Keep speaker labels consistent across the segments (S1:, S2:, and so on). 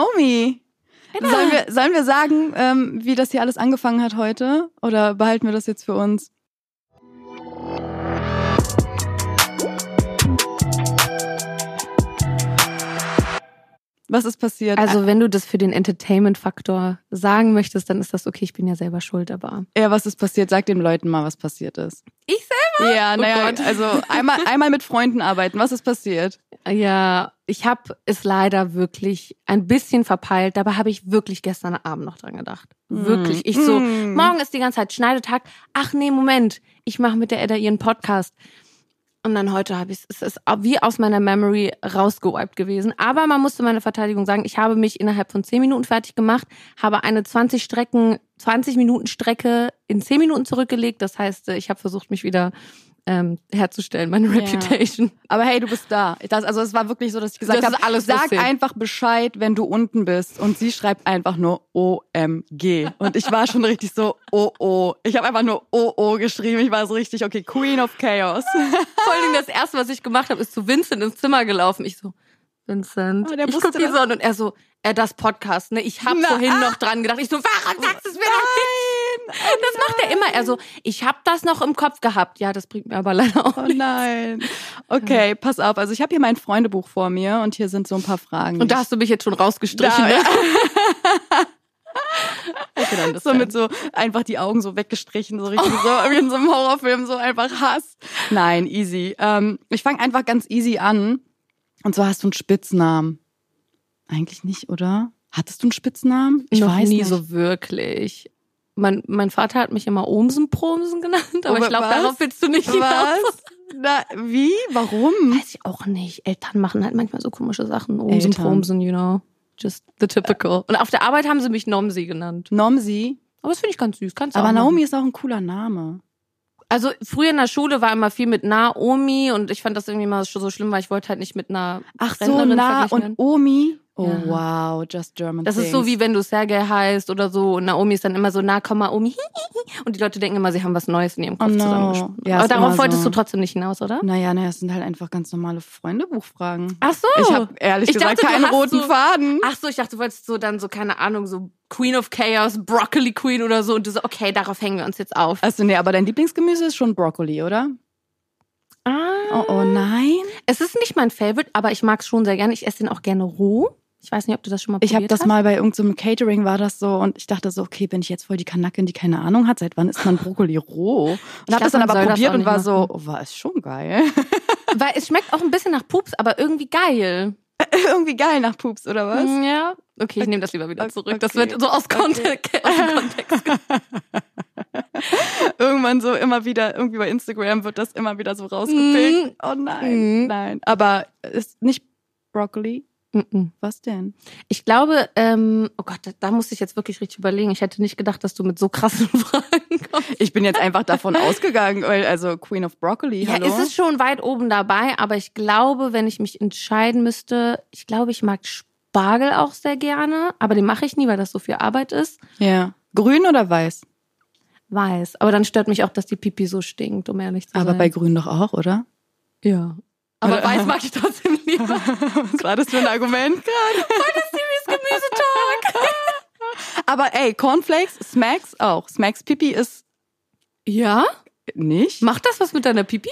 S1: Naomi,
S2: Genau.
S1: sollen wir, sollen wir sagen, ähm, wie das hier alles angefangen hat heute? Oder behalten wir das jetzt für uns? Was ist passiert?
S2: Also, wenn du das für den Entertainment-Faktor sagen möchtest, dann ist das okay. Ich bin ja selber schuld, aber.
S1: Äh, ja, was ist passiert? Sag den Leuten mal, was passiert ist.
S2: Ich
S1: selber? Ja,
S2: Oh
S1: naja,
S2: Gott.
S1: also einmal, einmal mit Freunden arbeiten. Was ist passiert?
S2: Ja, ich habe es leider wirklich ein bisschen verpeilt. Dabei habe ich wirklich gestern Abend noch dran gedacht. Wirklich. Ich so,
S1: Mm.
S2: morgen ist die ganze Zeit Schneidetag. Ach nee, Moment. Ich mache mit der Edda ihren Podcast. Und dann heute habe ich es ist wie aus meiner Memory rausgewiped gewesen. Aber man musste meiner Verteidigung sagen, ich habe mich innerhalb von 10 Minuten fertig gemacht, habe eine 20 Strecken, 20 Minuten Strecke in 10 Minuten zurückgelegt. Das heißt, äh, ich habe versucht, mich wieder ähm, herzustellen, meine
S1: Ja.
S2: Reputation.
S1: Aber hey, du bist da. Das, also es war wirklich so, dass ich gesagt
S2: Das
S1: habe,
S2: ist alles
S1: sag
S2: lustig.
S1: einfach Bescheid, wenn du unten bist. Und sie schreibt einfach nur OMG. Und ich war schon richtig so, oh oh. Ich habe einfach nur oh oh geschrieben. Ich war so richtig, okay, Queen of Chaos.
S2: Vor allen Dingen das erste, was ich gemacht habe, ist zu Vincent ins Zimmer gelaufen. Ich so, Vincent,
S1: Ah, der
S2: ich
S1: wusste
S2: guck ihn
S1: das.
S2: so an und er so, äh, das Podcast, ne? Ich habe
S1: Na, ah.
S2: vorhin noch dran gedacht. Ich so, warum sagst du es mir doch nicht? Das macht er immer. Er so, ich habe das noch im Kopf gehabt. Ja, das bringt mir aber leider auch
S1: Oh
S2: nichts.
S1: nein. Okay, pass auf. Also ich habe hier mein Freundebuch vor mir und hier sind so ein paar Fragen.
S2: Und da hast du mich jetzt schon rausgestrichen.
S1: Da,
S2: ne? okay, dann das
S1: so mit so einfach die Augen so weggestrichen, so richtig so wie in so einem Horrorfilm, so einfach Hass. Nein, easy. Ähm, ich fange einfach ganz easy an. Und zwar hast du einen Spitznamen. Eigentlich nicht, oder? Hattest du einen Spitznamen?
S2: ich
S1: Ich
S2: noch
S1: weiß
S2: nie
S1: nicht.
S2: so wirklich. Mein, mein Vater hat mich immer Omsen-Promsen genannt, aber
S1: Aber
S2: ich glaube,
S1: was?
S2: darauf willst du nicht hinaus.
S1: Was? Na, wie? Warum?
S2: Weiß ich auch nicht. Eltern machen halt manchmal so komische Sachen. Umsen,
S1: Eltern.
S2: Promsen, you know. Just the typical. Und auf der Arbeit haben sie mich Nomsi genannt.
S1: Nomsi.
S2: Aber das finde ich ganz süß. Kannst du
S1: Aber
S2: auch
S1: Naomi
S2: machen.
S1: ist auch ein cooler Name.
S2: Also früher in der Schule war immer viel mit Naomi und ich fand das irgendwie mal so schlimm, weil ich wollte halt nicht mit einer
S1: Ach so,
S2: Rentnerin
S1: Na
S2: verglichen
S1: und
S2: werden.
S1: Omi. Oh
S2: Ja.
S1: wow, just German
S2: Das
S1: things.
S2: ist so wie wenn du Sergei heißt oder so und Naomi ist dann immer so, na komm Naomi. Und die Leute denken immer, sie haben was Neues in ihrem Kopf
S1: Oh no.
S2: zusammengesponnen.
S1: Ja,
S2: Aber
S1: ist immer
S2: darauf
S1: so.
S2: wolltest du trotzdem nicht hinaus, oder?
S1: Naja, naja, es sind halt einfach ganz normale Freundebuchfragen.
S2: Ach so.
S1: Ich habe ehrlich
S2: Oh. Ich
S1: gesagt
S2: dachte, du
S1: keinen
S2: hast
S1: roten
S2: so-
S1: Faden.
S2: Ach so, ich dachte, du wolltest so dann so, keine Ahnung, so Queen of Chaos, Broccoli Queen oder so. Und du so, okay, darauf hängen wir uns jetzt auf.
S1: Also nee, aber dein Lieblingsgemüse ist schon Brokkoli, oder?
S2: Ah.
S1: Oh, oh nein.
S2: Es ist nicht mein Favorite, aber ich mag es schon sehr gerne. Ich esse den auch gerne roh. Ich weiß nicht, ob du das schon mal
S1: Ich habe
S2: probiert
S1: das
S2: hast.
S1: mal bei irgendeinem Catering war das so und ich dachte so, okay, bin ich jetzt voll die Kanakin, die keine Ahnung hat, seit wann isst man Brokkoli roh? Und
S2: glaub,
S1: habe das dann
S2: man
S1: aber
S2: soll das
S1: probiert
S2: auch
S1: und
S2: nicht
S1: war so, oh, war ist schon geil.
S2: Weil es schmeckt auch ein bisschen nach Pups, aber irgendwie geil. Hm,
S1: Irgendwie geil nach Pups oder was?
S2: Ja. Okay, ich nehme das lieber wieder
S1: Okay.
S2: zurück. Das wird so aus, Kontext, aus dem Kontext.
S1: Irgendwann so immer wieder irgendwie bei Instagram wird das immer wieder so rausgepickt. Oh nein,
S2: Mhm.
S1: nein, aber ist nicht Brokkoli,
S2: Mhm.
S1: was denn?
S2: Ich glaube, ähm, oh Gott, da, da musste ich jetzt wirklich richtig überlegen. Ich hätte nicht gedacht, dass du mit so krassen Fragen kommst.
S1: Ich bin jetzt einfach davon ausgegangen, weil also Queen of Broccoli,
S2: Ja,
S1: hallo.
S2: es ist schon weit oben dabei, aber ich glaube, wenn ich mich entscheiden müsste, ich glaube, ich mag Spargel auch sehr gerne, aber den mache ich nie, weil das so viel Arbeit ist.
S1: ja. Grün oder weiß?
S2: Weiß. Aber dann stört mich auch, dass die Pipi so stinkt, um ehrlich zu
S1: Aber
S2: sein.
S1: bei grün doch auch, oder?
S2: ja. Aber
S1: Oder-
S2: weiß mag ich trotzdem lieber.
S1: Was war das für ein Argument gerade?
S2: Gemüsetalk.
S1: Aber ey, Cornflakes, Smacks auch. Smacks Pipi ist
S2: Ja?
S1: nicht.
S2: Macht das was mit deiner Pipi?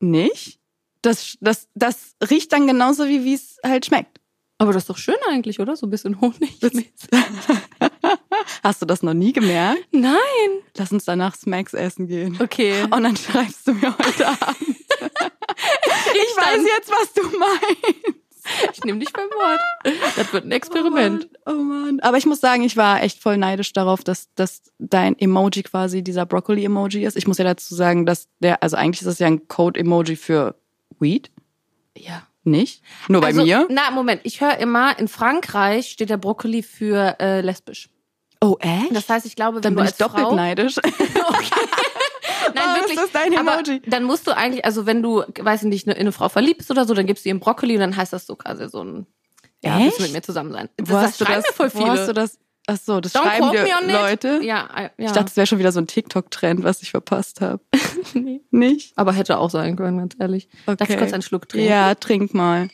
S1: Nicht. Das, das, das riecht dann genauso, wie wie es halt schmeckt.
S2: Aber das ist doch schön eigentlich, oder? So ein bisschen Honig.
S1: Hast du das noch nie gemerkt?
S2: Nein.
S1: Lass uns danach Smacks essen gehen.
S2: Okay.
S1: Und dann schreibst du mir heute Abend. Ich weiß
S2: dann-
S1: jetzt, was du meinst.
S2: Ich nehme dich beim Wort. Das wird ein Experiment.
S1: Oh Mann, oh Mann. Aber ich muss sagen, ich war echt voll neidisch darauf, dass, dass dein Emoji quasi dieser Broccoli-Emoji ist. Ich muss ja dazu sagen, dass der, also eigentlich ist das ja ein Code-Emoji für Weed,
S2: Ja.
S1: nicht? Nur bei
S2: also,
S1: mir.
S2: Na, Moment. Ich höre immer, in Frankreich steht der Brokkoli für äh, lesbisch.
S1: Oh, echt?
S2: Das heißt, ich glaube, wenn
S1: Dann
S2: du
S1: bin ich
S2: als
S1: doppelt
S2: Frau,
S1: neidisch.
S2: Nein,
S1: Ah,
S2: wirklich.
S1: ist das dein
S2: aber
S1: Emoji?
S2: dann musst du eigentlich, also wenn du, weiß ich nicht, in eine Frau verliebt bist oder so, dann gibst du ihr einen Brokkoli und dann heißt das so quasi so ein, ja, willst
S1: Echt?
S2: du mit mir zusammen sein. Das,
S1: Wo hast
S2: das
S1: du
S2: schreiben
S1: das?
S2: mir voll
S1: Wo hast du
S2: viele.
S1: das? Ach so, das
S2: Don't
S1: schreiben
S2: quote me
S1: dir
S2: on it.
S1: Leute.
S2: Ja, äh, ja.
S1: Ich dachte, es wäre schon wieder so ein TikTok-Trend, was ich verpasst habe.
S2: Nee.
S1: Nicht?
S2: aber hätte auch sein können, ganz ehrlich. Darf ich kurz einen Schluck trinken?
S1: Ja, trink mal.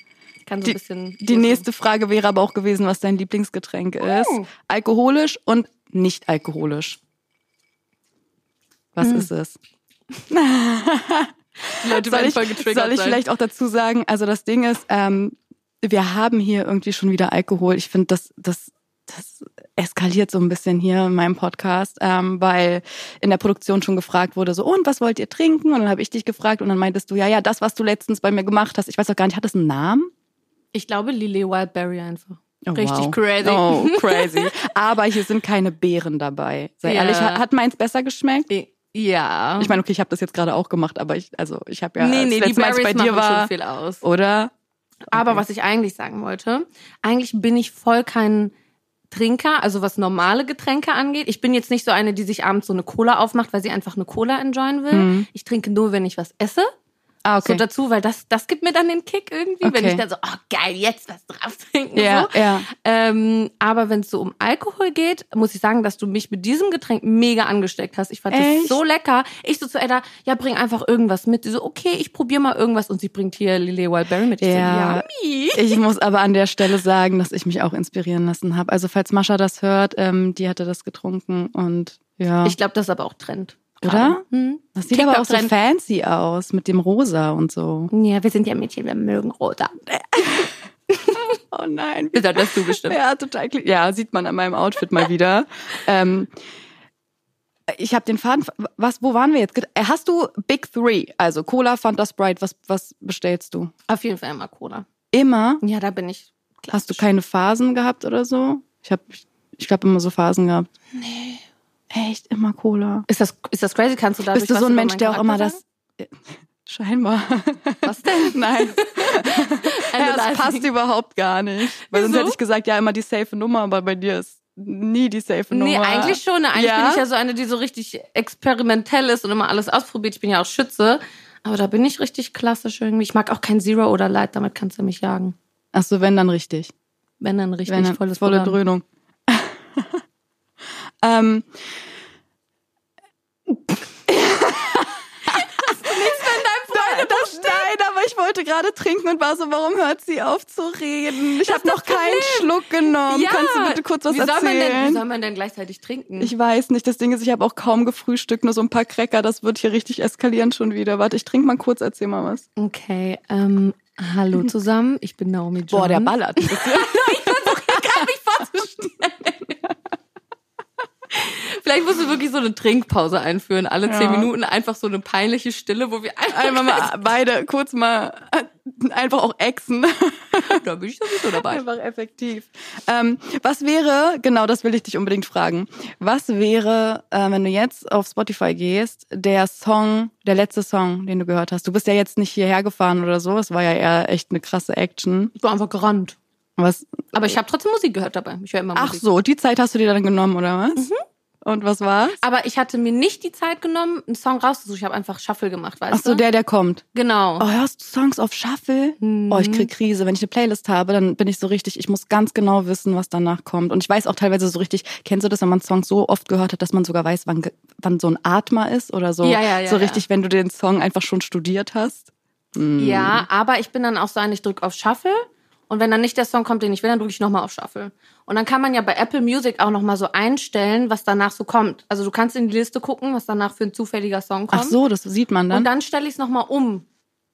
S2: kann so
S1: Die-
S2: ein bisschen.
S1: Die nächste Frage wäre aber auch gewesen, was dein Lieblingsgetränk
S2: Oh.
S1: ist. Alkoholisch und nicht alkoholisch. Was ist es?
S2: Hm. Die Leute
S1: Soll
S2: werden
S1: ich,
S2: voll getriggert
S1: soll ich
S2: sein.
S1: vielleicht auch dazu sagen, also das Ding ist, ähm, wir haben hier irgendwie schon wieder Alkohol. Ich finde, das, das, das eskaliert so ein bisschen hier in meinem Podcast, ähm, weil in der Produktion schon gefragt wurde, so, und was wollt ihr trinken? Und dann habe ich dich gefragt und dann meintest du, ja, ja, das, was du letztens bei mir gemacht hast. Ich weiß auch gar nicht, hat das einen Namen?
S2: Ich glaube Lily Wildberry einfach.
S1: Oh,
S2: Richtig
S1: wow.
S2: crazy.
S1: Oh, crazy. Aber hier sind keine Beeren dabei. Sei
S2: Ja.
S1: ehrlich, ha- hat meins besser geschmeckt?
S2: Ja.
S1: Ich meine, okay, ich habe das jetzt gerade auch gemacht, aber ich, also ich habe ja
S2: nee, nee,
S1: das letzte
S2: die
S1: Mal, als
S2: Berries
S1: ich bei dir
S2: machen
S1: war,
S2: schon viel aus.
S1: oder?
S2: Aber was ich eigentlich sagen wollte, eigentlich bin ich voll kein Trinker, also was normale Getränke angeht. Ich bin jetzt nicht so eine, die sich abends so eine Cola aufmacht, weil sie einfach eine Cola enjoyen will.
S1: Mhm.
S2: Ich trinke nur, wenn ich was esse.
S1: Ah,
S2: So dazu, weil das, das gibt mir dann den Kick irgendwie, wenn
S1: Okay.
S2: ich dann so, oh geil, jetzt was drauf trinken.
S1: ja,
S2: So.
S1: ja.
S2: Ähm, aber wenn es so um Alkohol geht, muss ich sagen, dass du mich mit diesem Getränk mega angesteckt hast. Ich fand
S1: Echt?
S2: das so lecker. Ich so zu Edda, ja, bring einfach irgendwas mit. Sie so, okay, ich probier mal irgendwas. Und sie bringt hier Lily Wildberry mit. Ich
S1: Ja.
S2: so, yummy.
S1: Ich muss aber an der Stelle sagen, dass ich mich auch inspirieren lassen habe. Also falls Mascha das hört, ähm, die hatte das getrunken und ja.
S2: Ich glaube, das ist aber auch Trend.
S1: Oder?
S2: Gerade. Hm.
S1: das sieht
S2: TikTok
S1: aber auch so
S2: Trend.
S1: fancy aus mit dem Rosa und so.
S2: Ja, wir sind ja Mädchen, wir mögen rosa.
S1: Oh nein.
S2: Besonders das du bestimmt.
S1: Ja, total. kli- Ja, sieht man an meinem Outfit mal wieder. ähm, ich habe den Faden. ver- Was? Wo waren wir jetzt? Ge- Äh, Hast du Big Three? Also Cola, Fanta, Sprite. Was? Was bestellst du?
S2: Auf jeden Fall immer Cola.
S1: Immer?
S2: Ja, da bin ich.
S1: Hast du keine Phasen gehabt oder so? Ich habe, ich habe immer so Phasen gehabt. Nee. Echt immer Cola.
S2: Ist das, ist das crazy? Kannst du dadurch
S1: Bist du
S2: was
S1: so ein
S2: über
S1: Mensch,
S2: meinen
S1: der auch immer
S2: Charakter
S1: das? Scheinbar.
S2: sagen? Was denn?
S1: Nein, ja, das
S2: Analyzing.
S1: passt überhaupt gar nicht. Weil sonst
S2: Wieso?
S1: hätte ich gesagt, ja, immer die safe Nummer, aber bei dir ist nie die safe Nummer.
S2: Nee, eigentlich schon. Eigentlich
S1: Ja?
S2: bin ich ja so eine, die so richtig experimentell ist und immer alles ausprobiert. Ich bin ja auch Schütze. Aber da bin ich richtig klassisch irgendwie. Ich mag auch kein Zero oder Light, damit kannst du mich jagen.
S1: Ach so, wenn dann richtig.
S2: Wenn dann richtig
S1: Wenn dann
S2: volles
S1: volle
S2: Programm.
S1: Dröhnung. ähm, Nein, das nein, aber ich wollte gerade trinken und war so, warum hört sie auf zu reden? Ich habe noch keinen Schluck genommen. Kannst du bitte kurz was
S2: wie soll
S1: erzählen?
S2: Man denn, wie soll man denn gleichzeitig trinken?
S1: Ich weiß nicht. Das Ding ist, ich habe auch kaum gefrühstückt, nur so ein paar Cracker. Das wird hier richtig eskalieren schon wieder. Warte, ich trinke mal kurz, erzähl mal was.
S2: okay, ähm, hallo zusammen. Ich bin Naomi John.
S1: ballert.
S2: Vielleicht musst du wirklich so eine Trinkpause einführen. Alle
S1: Ja.
S2: zehn Minuten einfach so eine peinliche Stille, wo wir einfach...
S1: Einmal mal beide kurz mal äh, einfach auch exen.
S2: da bin ich sowieso dabei.
S1: Einfach effektiv. Ähm, was wäre, genau das will ich dich unbedingt fragen, was wäre, äh, wenn du jetzt auf Spotify gehst, der Song, der letzte Song, den du gehört hast? Du bist ja jetzt nicht hierher gefahren oder so, es war ja eher echt eine krasse Action.
S2: Ich war einfach gerannt.
S1: Was,
S2: Aber ich habe trotzdem Musik gehört dabei. Ich höre immer
S1: ach
S2: Musik.
S1: so, die Zeit hast du dir dann genommen, oder was? Und was war's?
S2: Aber ich hatte mir nicht die Zeit genommen, einen Song rauszusuchen. Ich habe einfach Shuffle gemacht, weißt
S1: Ach so,
S2: du?
S1: der, der kommt.
S2: genau.
S1: Oh, hörst du Songs auf Shuffle?
S2: Mhm.
S1: Oh, ich krieg Krise. Wenn ich eine Playlist habe, dann bin ich so richtig, ich muss ganz genau wissen, was danach kommt. Und ich weiß auch teilweise so richtig, kennst du das, wenn man Songs so oft gehört hat, dass man sogar weiß, wann, ge- wann so ein Atmer ist oder so?
S2: Ja, ja, ja,
S1: so
S2: ja.
S1: richtig, wenn du den Song einfach schon studiert hast.
S2: Ja, aber ich bin dann auch so ein, ich drück auf Shuffle. Und wenn dann nicht der Song kommt, den ich will, dann drücke ich nochmal auf Shuffle. Und dann kann man ja bei Apple Music auch nochmal so einstellen, was danach so kommt. Also du kannst in die Liste gucken, was danach für ein zufälliger Song kommt.
S1: Ach so, das sieht man
S2: Und
S1: dann.
S2: dann stelle ich es nochmal um.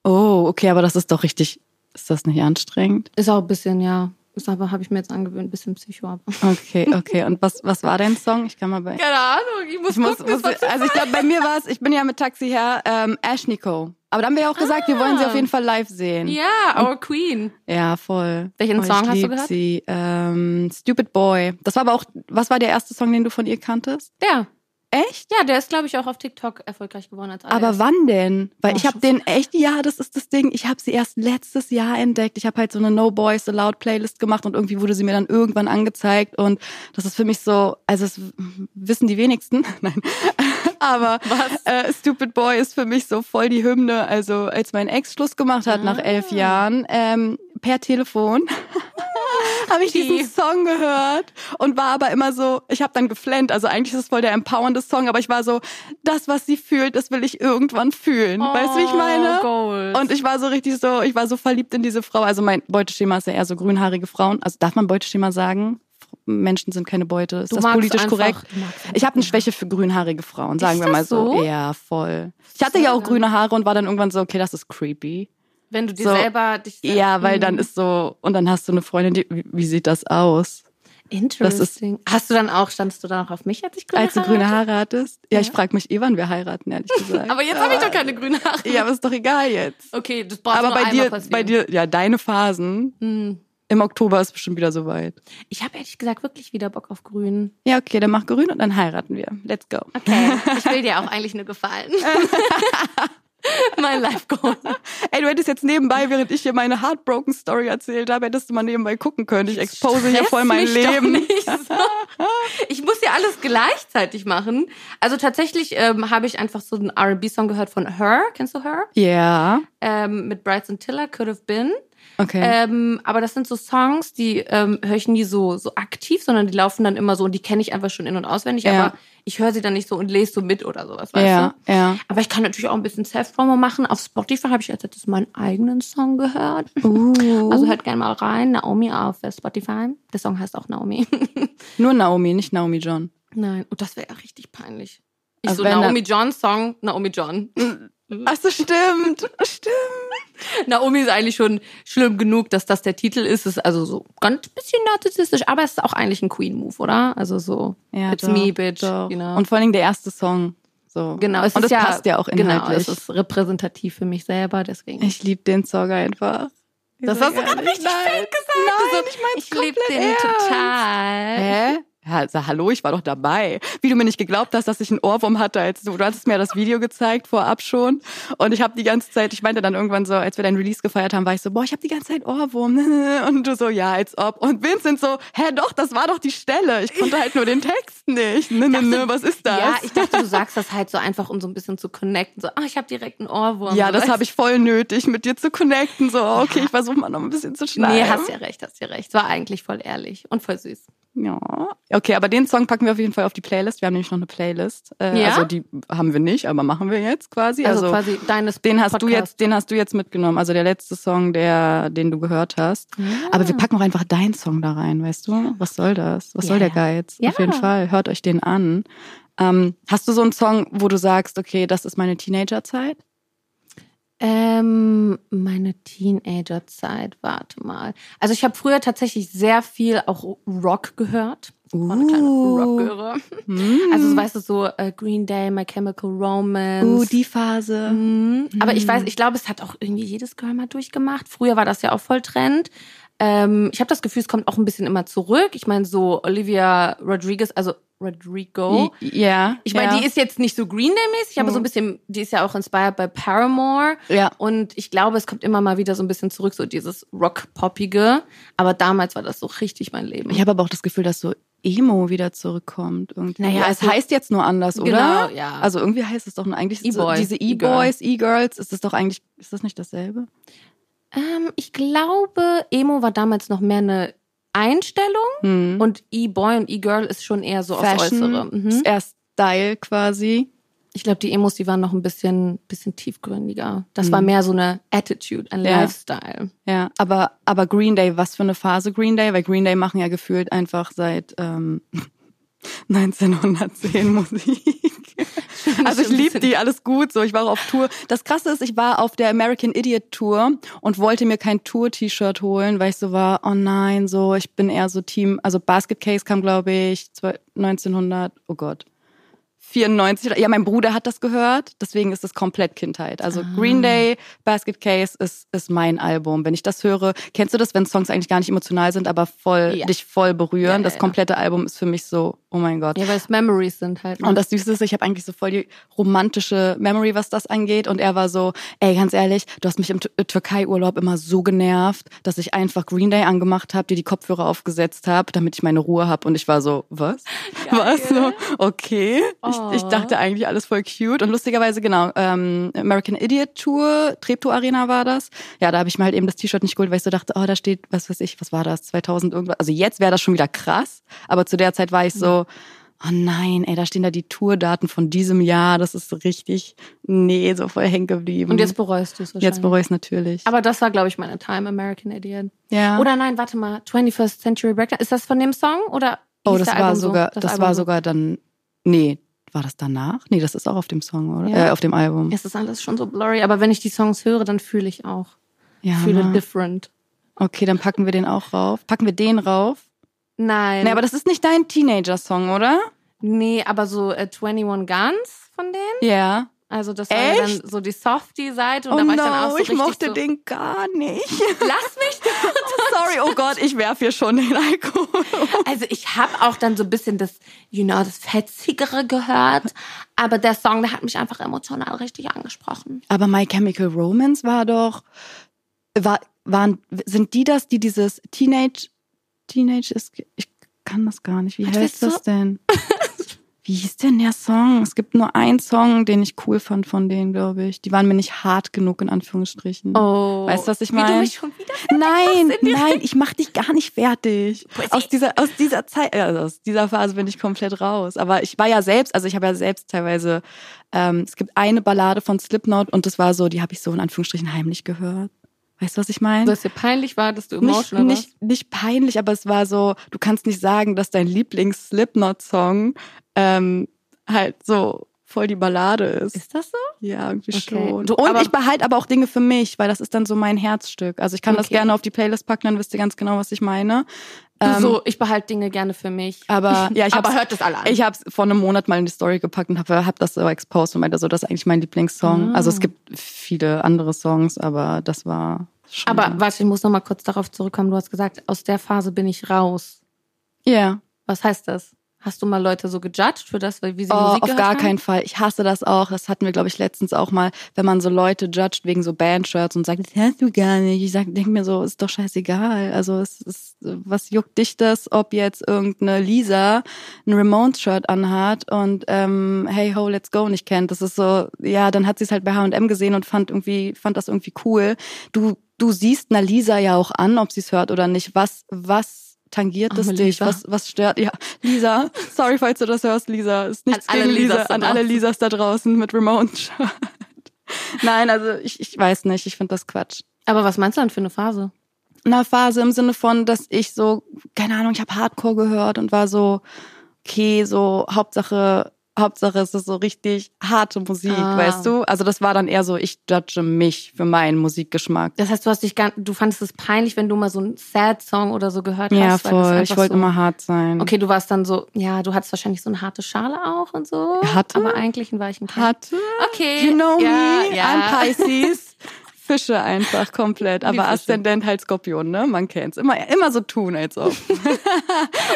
S1: Oh, okay, aber das ist doch richtig, ist das nicht anstrengend?
S2: Ist auch ein bisschen, ja. Ist aber, habe ich mir jetzt angewöhnt, ein bisschen Psycho. aber-
S1: Okay, okay. Und was, was war dein Song? Ich kann mal bei...
S2: Keine Ahnung, ich muss,
S1: Ich muss,
S2: gucken,
S1: muss,
S2: was dazu-
S1: also ich glaube, bei mir war es, ich bin ja mit Taxi her, ähm, Ash Nico. Aber da haben wir ja auch gesagt, wir wollen sie
S2: Ah.
S1: auf jeden Fall live sehen.
S2: Ja, Our Queen.
S1: Ja, voll. Oh,
S2: Welchen
S1: ich
S2: Song hast du
S1: lieb
S2: gehört?
S1: Sie. Ähm, Stupid Boy. Das war aber auch, was war der erste Song, den du von ihr kanntest?
S2: Der.
S1: Echt?
S2: Ja, der ist, glaube ich, auch auf TikTok erfolgreich geworden als
S1: Aber
S2: allererster.
S1: wann denn? Weil
S2: Ah, Oh,
S1: ich habe
S2: schon
S1: den echt, ja, das ist das Ding. Ich habe sie erst letztes Jahr entdeckt. Ich habe halt so eine No Boys Allowed Playlist gemacht und irgendwie wurde sie mir dann irgendwann angezeigt und das ist für mich so, also es wissen die wenigsten, nein, aber äh, Stupid Boy ist für mich so voll die Hymne. Also als mein Ex Schluss gemacht hat nach elf Jahren ähm, per Telefon. habe ich
S2: Die.
S1: diesen Song gehört und war aber immer so, ich habe dann geflennt. Also eigentlich ist es voll der empowernde Song, aber ich war so, das, was sie fühlt, das will ich irgendwann fühlen. weißt du, wie ich
S2: Oh
S1: meine?
S2: Goals.
S1: Und ich war so richtig so, ich war so verliebt in diese Frau. Also mein Beuteschema ist ja eher so grünhaarige Frauen. Also darf man Beuteschema sagen? Menschen sind keine Beute. Ist
S2: Du
S1: das
S2: magst
S1: politisch
S2: einfach-
S1: korrekt?
S2: du magst einfach
S1: Ich habe eine Schwäche für grünhaarige Frauen, sagen
S2: Ist
S1: wir mal
S2: das
S1: so.
S2: so?
S1: Ja, voll. Ich hatte ja auch grüne Haare und war dann irgendwann so, okay, das ist creepy.
S2: wenn du dir
S1: so-
S2: selber Hm. dich
S1: Ja, weil
S2: Mhm.
S1: dann ist so, und dann hast du eine Freundin, die, wie, wie sieht das aus?
S2: Interesting. Hast du dann auch, standst du dann auch auf mich, als ich grüne
S1: Als du
S2: Haare
S1: grüne
S2: hatte?
S1: Haare hattest? Ja, ich frage mich eh, wann wir heiraten, ehrlich gesagt.
S2: Aber jetzt habe ich doch keine grüne Haare.
S1: ja, aber ist doch egal jetzt.
S2: Okay, das brauchst
S1: Aber
S2: nur
S1: bei
S2: einmal Hm.
S1: dir,
S2: passieren.
S1: bei dir, ja, deine Phasen. Im Oktober ist bestimmt wieder soweit.
S2: Ich habe ehrlich gesagt wirklich wieder Bock auf grün.
S1: Ja, okay, dann mach grün und dann heiraten wir. Let's go.
S2: Okay, ich will dir auch eigentlich nur gefallen. mein Life Goal.
S1: Ey, du hättest jetzt nebenbei, während ich hier meine Heartbroken Story erzählt habe, hättest du mal nebenbei gucken können. Ich expose hier
S2: Stress
S1: voll mein
S2: mich doch
S1: Leben.
S2: nicht so. Ich muss ja alles gleichzeitig machen. Also tatsächlich ähm, habe ich einfach so einen R&B-Song gehört von Her. Kennst du Her?
S1: Ja,
S2: Ähm, mit Bryson Tiller, Could Have Been.
S1: Mhm. okay.
S2: Ähm, aber das sind so Songs, die ähm, höre ich nie so, so aktiv, sondern die laufen dann immer so und die kenne ich einfach schon in- und auswendig,
S1: Ja.
S2: aber ich höre sie dann nicht so und lese so mit oder sowas, weißt
S1: ja,
S2: du?
S1: ja.
S2: Aber ich kann natürlich auch ein bisschen Self-Promo machen. Auf Spotify habe ich als letztes meinen eigenen Song gehört.
S1: Uh.
S2: Also hört gerne mal rein. Naomi auf äh, Spotify. Der Song heißt auch Naomi.
S1: Nur Naomi, nicht Naomi John.
S2: Nein, und das wäre ja richtig peinlich. Ich
S1: Also
S2: so
S1: wenn da-
S2: Naomi John Song, Naomi John.
S1: Ach so, stimmt. stimmt.
S2: Naomi ist eigentlich schon schlimm genug, dass das der Titel ist. Ist also so ganz bisschen narzisstisch, aber es ist auch eigentlich ein Queen-Move, oder? Also so,
S1: Ja,
S2: it's
S1: doch,
S2: me, bitch.
S1: doch.
S2: You know?
S1: Und vor allen Dingen der erste Song. So.
S2: genau, es
S1: und
S2: ist
S1: das
S2: ja,
S1: passt ja auch
S2: Genau,
S1: inhaltlich.
S2: es ist repräsentativ für mich selber, deswegen.
S1: ich liebe den Song einfach.
S2: das hast du gerade richtig fett gesagt. Nein, so, ich liebe den total.
S1: Hä? Ja, also, hallo, ich war doch dabei. Wie du mir nicht geglaubt hast, dass ich einen Ohrwurm hatte, als du, du hattest mir das Video gezeigt vorab schon. Und ich habe die ganze Zeit, ich meinte dann irgendwann so, als wir dein Release gefeiert haben, war ich so, boah, ich habe die ganze Zeit Ohrwurm. Und du so, ja, als ob. Und Vincent so, hä, doch, das war doch die Stelle. Ich konnte halt nur den Text nicht. Ne, ne, ne, was ist das?
S2: Ja, ich dachte, du sagst das halt so einfach, um so ein bisschen zu connecten. So, ah, ich habe direkt einen Ohrwurm.
S1: Ja,
S2: so,
S1: das habe ich voll nötig, mit dir zu connecten. So, okay, ich versuche mal noch ein bisschen zu schneiden.
S2: Nee, hast ja recht, hast ja recht. Es war eigentlich voll ehrlich und voll süß.
S1: Ja. Okay, aber den Song packen wir auf jeden Fall auf die Playlist. Wir haben nämlich noch eine Playlist. Äh,
S2: Ja?
S1: Also die haben wir nicht, aber machen wir jetzt quasi.
S2: Also,
S1: Also,
S2: quasi deines
S1: den hast du
S2: Podcast.
S1: jetzt, den hast du jetzt mitgenommen. Also der letzte Song, der, den du gehört hast.
S2: Ah.
S1: Aber wir packen auch einfach deinen Song da rein, weißt du? Was soll das? Was
S2: Ja,
S1: soll der
S2: ja.
S1: Geiz?
S2: Ja.
S1: Auf jeden Fall, hört euch den an. Ähm, hast du so einen Song, wo du sagst, okay, das ist meine Teenagerzeit?
S2: Ähm, meine Teenagerzeit, warte mal. Also ich habe früher tatsächlich sehr viel auch Rock gehört. War eine kleine
S1: Uh.
S2: Rockgöre. Also weißt du so äh, Green Day, My Chemical Romance.
S1: Uh, Phase.
S2: Mhm. Aber ich weiß, ich glaube, es hat auch irgendwie jedes Girl mal durchgemacht. Früher war das ja auch voll Trend. Ähm, ich habe das Gefühl, es kommt auch ein bisschen immer zurück. Ich meine so Olivia Rodriguez, also Rodrigo.
S1: Ja.
S2: Ich meine,
S1: ja. Mhm.
S2: die ist jetzt nicht so Green Day-mäßig, aber so ein bisschen, die ist ja auch inspired bei Paramore.
S1: Ja.
S2: Und ich glaube, es kommt immer mal wieder so ein bisschen zurück, so dieses Rock-Poppige. Aber damals war das so richtig mein Leben.
S1: Ich habe aber auch das Gefühl, dass so Emo wieder zurückkommt. Irgendwie.
S2: Naja,
S1: Ja, es
S2: also-
S1: heißt jetzt nur anders, oder?
S2: Genau, ja.
S1: Also irgendwie heißt es doch nur eigentlich so,
S2: E-Boy,
S1: diese
S2: E-Girl.
S1: E-Boys, E-Girls, ist das doch eigentlich, ist das nicht dasselbe?
S2: ähm, ich glaube, Emo war damals noch mehr eine Einstellung.
S1: Hm.
S2: Und E-Boy und E-Girl ist schon eher so aufs Äußere. Mhm.
S1: ist eher Style quasi.
S2: Ich glaube, die Emos, die waren noch ein bisschen, bisschen tiefgründiger. Das war mehr so eine Attitude, ein
S1: Mhm. Ja.
S2: Lifestyle.
S1: Ja, aber, aber Green Day, was für eine Phase Green Day, weil Green Day machen ja gefühlt einfach seit ähm, 1910 Musik. Also ich
S2: schon ein
S1: lieb
S2: bisschen.
S1: die, alles gut. So, ich war auch auf Tour. Das Krasse ist, ich war auf der American Idiot Tour und wollte mir kein Tour-T-Shirt holen, weil ich so war, oh nein, so, ich bin eher so Team. Also Basket Case kam, glaube ich, 12 1900, oh Gott. 94, oder- ja, mein Bruder hat das gehört, deswegen ist es komplett Kindheit. Also
S2: Ah.
S1: Green Day, Basket Case ist, ist mein Album. Wenn ich das höre, kennst du das, wenn Songs eigentlich gar nicht emotional sind, aber voll,
S2: Ja.
S1: dich voll berühren?
S2: Ja,
S1: das
S2: ja.
S1: komplette Album ist für mich so, oh mein Gott.
S2: Ja, weil es Memories sind halt. ne?
S1: Und das Süße ist, ich habe eigentlich so voll die romantische Memory, was das angeht. Und er war so, ey, ganz ehrlich, du hast mich im Tü- Türkei-Urlaub immer so genervt, dass ich einfach Green Day angemacht habe, dir die Kopfhörer aufgesetzt habe, damit ich meine Ruhe habe. Und ich war so, was? Was? So, okay, ich ich, ich
S2: Oh.
S1: dachte eigentlich alles voll cute. Und lustigerweise, genau, ähm, American Idiot Tour, Treptow Arena war das. Ja, da habe ich mir halt eben das T-Shirt nicht geholt, weil ich so dachte, oh, da steht, was weiß ich, was war das, 2000 irgendwas. Also jetzt wäre das schon wieder krass. Aber zu der Zeit war ich so, oh nein, ey, da stehen da die Tourdaten von diesem Jahr. Das ist so richtig, nee, so voll hängen geblieben.
S2: Und jetzt bereust du es wahrscheinlich.
S1: jetzt bereue ich es natürlich.
S2: Aber das war, glaube ich, meine Time, American Idiot.
S1: ja.
S2: Oder nein, warte mal, 21st Century Breakdown. Ist das von dem Song? Oder
S1: Oh,
S2: hieß
S1: das
S2: der
S1: war
S2: Album so?
S1: sogar, das,
S2: Album
S1: war
S2: so?
S1: sogar dann, nee, war das danach? Nee, das ist auch auf dem Song, oder?
S2: Ja.
S1: Äh, auf dem Album.
S2: Es ist alles schon so blurry, aber wenn ich die Songs höre, dann fühle ich auch.
S1: Ja,
S2: fühle
S1: ne?
S2: different.
S1: okay, dann packen wir den auch rauf. Packen wir den rauf.
S2: Nein.
S1: Nee, aber das ist nicht dein Teenager-Song, oder?
S2: nee, aber so äh, 21 Guns von denen.
S1: Ja.
S2: Also das war ja dann
S1: Echt? Oh
S2: so die Softie-Seite. Und da war ich dann auch so
S1: ich
S2: richtig
S1: mochte
S2: so,
S1: den gar nicht.
S2: Lass mich doch.
S1: Sorry, oh Gott, ich werf hier schon den Alkohol.
S2: Also ich habe auch dann so ein bisschen das, you know, das Fetzigere gehört. Aber der Song, der hat mich einfach emotional richtig angesprochen.
S1: Aber My Chemical Romance war doch, war, waren, sind die das, die dieses Teenage, Teenage ist, ich kann das gar nicht. Wie
S2: Was
S1: heißt
S2: willst du?
S1: das denn? Wie hieß denn der Song? Es gibt nur einen Song, den ich cool fand von denen, glaube ich. Die waren mir nicht hart genug, in Anführungsstrichen.
S2: Oh.
S1: Weißt du, was ich
S2: Wie du
S1: meine?
S2: mich schon wieder
S1: Nein,
S2: in die
S1: nein, ich mach dich gar nicht fertig.
S2: Pussy.
S1: Aus dieser, aus dieser Zeit, äh, also aus dieser Phase bin ich komplett raus. Aber ich war ja selbst, also ich habe ja selbst teilweise, ähm, es gibt eine Ballade von Slipknot und das war so, die habe ich so in Anführungsstrichen heimlich gehört. Weißt du, was ich meine?
S2: dass dir peinlich war, dass du
S1: Nicht,
S2: emotional warst.
S1: nicht, nicht peinlich, aber es war so, du kannst nicht sagen, dass dein Lieblings-Slipknot-Song ähm, halt so voll die Ballade ist.
S2: Ist das so?
S1: Ja, irgendwie
S2: Okay.
S1: schon.
S2: Du-
S1: und
S2: aber-
S1: ich behalte aber auch Dinge für mich, weil das ist dann so mein Herzstück. Also ich kann das
S2: Okay.
S1: gerne auf die Playlist packen, dann wisst ihr ganz genau, was ich meine.
S2: Du
S1: Ähm,
S2: so, ich behalte Dinge gerne für mich.
S1: Aber ja, ich
S2: aber
S1: habe
S2: hört es alle an.
S1: ich hab's vor einem Monat mal in die Story gepackt und habe hab das so exposed und meinte so, das ist eigentlich mein Lieblingssong.
S2: Ah.
S1: Also es gibt viele andere Songs, aber das war schon.
S2: aber warte, ich muss noch mal kurz darauf zurückkommen. Du hast gesagt, aus der Phase bin ich raus.
S1: ja,
S2: Was heißt das? Hast du mal Leute so gejudged für das, weil wie sie
S1: oh,
S2: Musik
S1: auf
S2: gehört
S1: gar
S2: haben?
S1: keinen Fall. Ich hasse das auch. Das hatten wir, glaube ich, letztens auch mal, wenn man so Leute judgt wegen so Bandshirts und sagt, das hörst du gar nicht. Ich sag, denk mir so, ist doch scheißegal. Also es ist, was juckt dich das, ob jetzt irgendeine Lisa ein Ramones-Shirt anhat und ähm, Hey Ho, Let's Go nicht kennt. Das ist so, ja, dann hat sie es halt bei H&M gesehen und fand irgendwie, fand das irgendwie cool. Du, du siehst einer Lisa ja auch an, ob sie es hört oder nicht. Was, was tangiert
S2: Arme
S1: das dich?
S2: Lisa.
S1: Was, was stört? Ja, Lisa, sorry, falls du das hörst, Lisa, ist nichts
S2: An alle
S1: gegen Lisa,
S2: Lisas da
S1: an alle
S2: draußen.
S1: Lisas da draußen mit Ramones. Nein, also ich, ich weiß nicht, ich finde das Quatsch.
S2: Aber was meinst du denn für eine Phase?
S1: Na, Phase im Sinne von, dass ich so, keine Ahnung, ich habe Hardcore gehört und war so, okay, so Hauptsache, Hauptsache es ist so richtig harte Musik,
S2: Ah.
S1: weißt du? Also das war dann eher so, ich judge mich für meinen Musikgeschmack.
S2: Das heißt, du hast dich gar, du fandest es peinlich, wenn du mal so einen Sad Song oder so gehört
S1: Ja,
S2: hast. weil das
S1: voll. Ich
S2: einfach
S1: wollte
S2: so,
S1: immer hart sein.
S2: Okay, du warst dann so, ja, du hattest wahrscheinlich so eine harte Schale auch und so.
S1: Hatte?
S2: Aber eigentlich ein weichen Kern.
S1: Harte.
S2: Okay.
S1: You know
S2: ja,
S1: me,
S2: ja.
S1: I'm Pisces. Fische einfach komplett,
S2: Wie
S1: aber
S2: Fische.
S1: Aszendent halt Skorpion, ne? Man kennt's. Immer, immer so tun, als ob.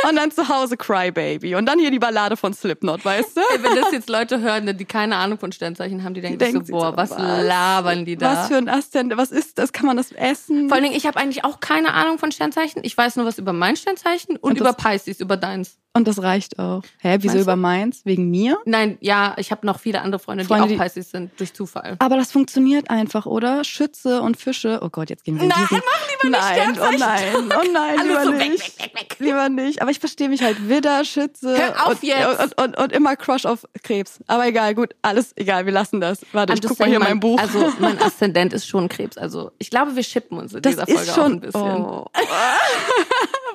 S1: und dann zu Hause Crybaby. Und dann hier die Ballade von Slipknot, weißt du?
S2: Wenn das jetzt Leute hören, ne, die keine Ahnung von Sternzeichen haben, die denken
S1: denken
S2: sich
S1: sich
S2: so, boah,
S1: so,
S2: was,
S1: was?
S2: labern die da?
S1: Was für ein Aszendent, was ist das? Kann man das essen?
S2: Vor allen Dingen, ich habe eigentlich auch keine Ahnung von Sternzeichen. Ich weiß nur was über mein Sternzeichen und,
S1: Und
S2: über
S1: das-
S2: Pisces, über deins.
S1: Und das reicht auch. Hä, wieso
S2: Meinst du?
S1: über meins? Wegen mir?
S2: Nein, ja, ich habe noch viele andere Freunde,
S1: Freunde,
S2: die
S1: die-
S2: auch Pisces sind, durch Zufall.
S1: Aber das funktioniert einfach, oder? Schütze und Fische. Oh Gott, jetzt gehen wir in
S2: Nein,
S1: diesen... Nein, oh nein, oh nein,
S2: Alles
S1: lieber
S2: so weg,
S1: nicht.
S2: weg, weg, weg.
S1: Lieber nicht. Aber ich verstehe mich halt. Widder, Schütze.
S2: Hör auf
S1: und,
S2: jetzt.
S1: Und, und, und immer Crush auf Krebs. Aber egal, gut, alles egal, wir lassen das. Warte, ich
S2: I'm just
S1: guck mal hier
S2: saying,
S1: mein Buch.
S2: Also mein Aszendent ist schon Krebs. Also ich glaube, wir schippen uns in
S1: das
S2: dieser Folge
S1: ist schon.
S2: auch ein bisschen.
S1: Oh.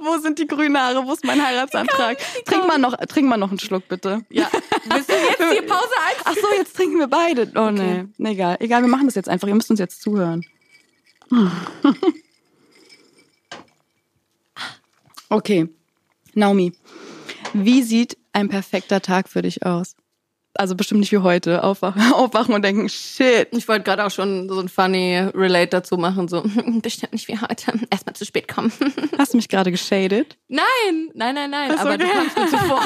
S1: wo sind die grünen Haare? Wo ist mein Heiratsantrag? Trink mal, noch, trink mal noch einen Schluck, bitte.
S2: Ja, willst du jetzt die Pause ein?
S1: Ach so, jetzt trinken wir beide. Oh
S2: Okay.
S1: nee, egal. Egal, wir machen das jetzt einfach. Ihr müsst uns jetzt zuhören. Okay, Naomi, wie sieht ein perfekter Tag für dich aus? Also bestimmt nicht wie heute, aufwachen, aufwachen und denken, shit.
S2: Ich wollte gerade auch schon so ein funny Relate dazu machen, so bestimmt nicht wie heute. Erstmal zu spät kommen.
S1: Hast du mich gerade geshadet?
S2: Nein, nein, nein, nein.
S1: Ach so,
S2: aber du
S1: okay.
S2: kommst mir zuvor.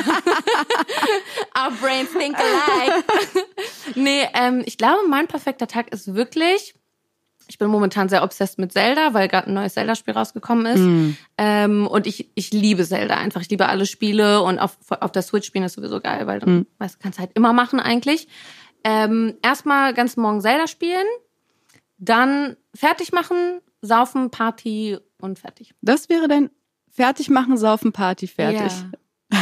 S2: Our brains think alike. nee, ähm, ich glaube, mein perfekter Tag ist wirklich, Ich bin momentan sehr obsessed mit Zelda, weil gerade ein neues Zelda-Spiel rausgekommen ist. Ähm, und ich, ich liebe Zelda einfach. Ich liebe alle Spiele und auf, auf der Switch spielen ist sowieso geil, weil du weißt, kannst halt immer machen eigentlich. Ähm, erstmal ganz morgen Zelda spielen, dann fertig machen, saufen, Party und fertig.
S1: Das wäre dein fertig machen, saufen, Party, fertig.
S2: Ja.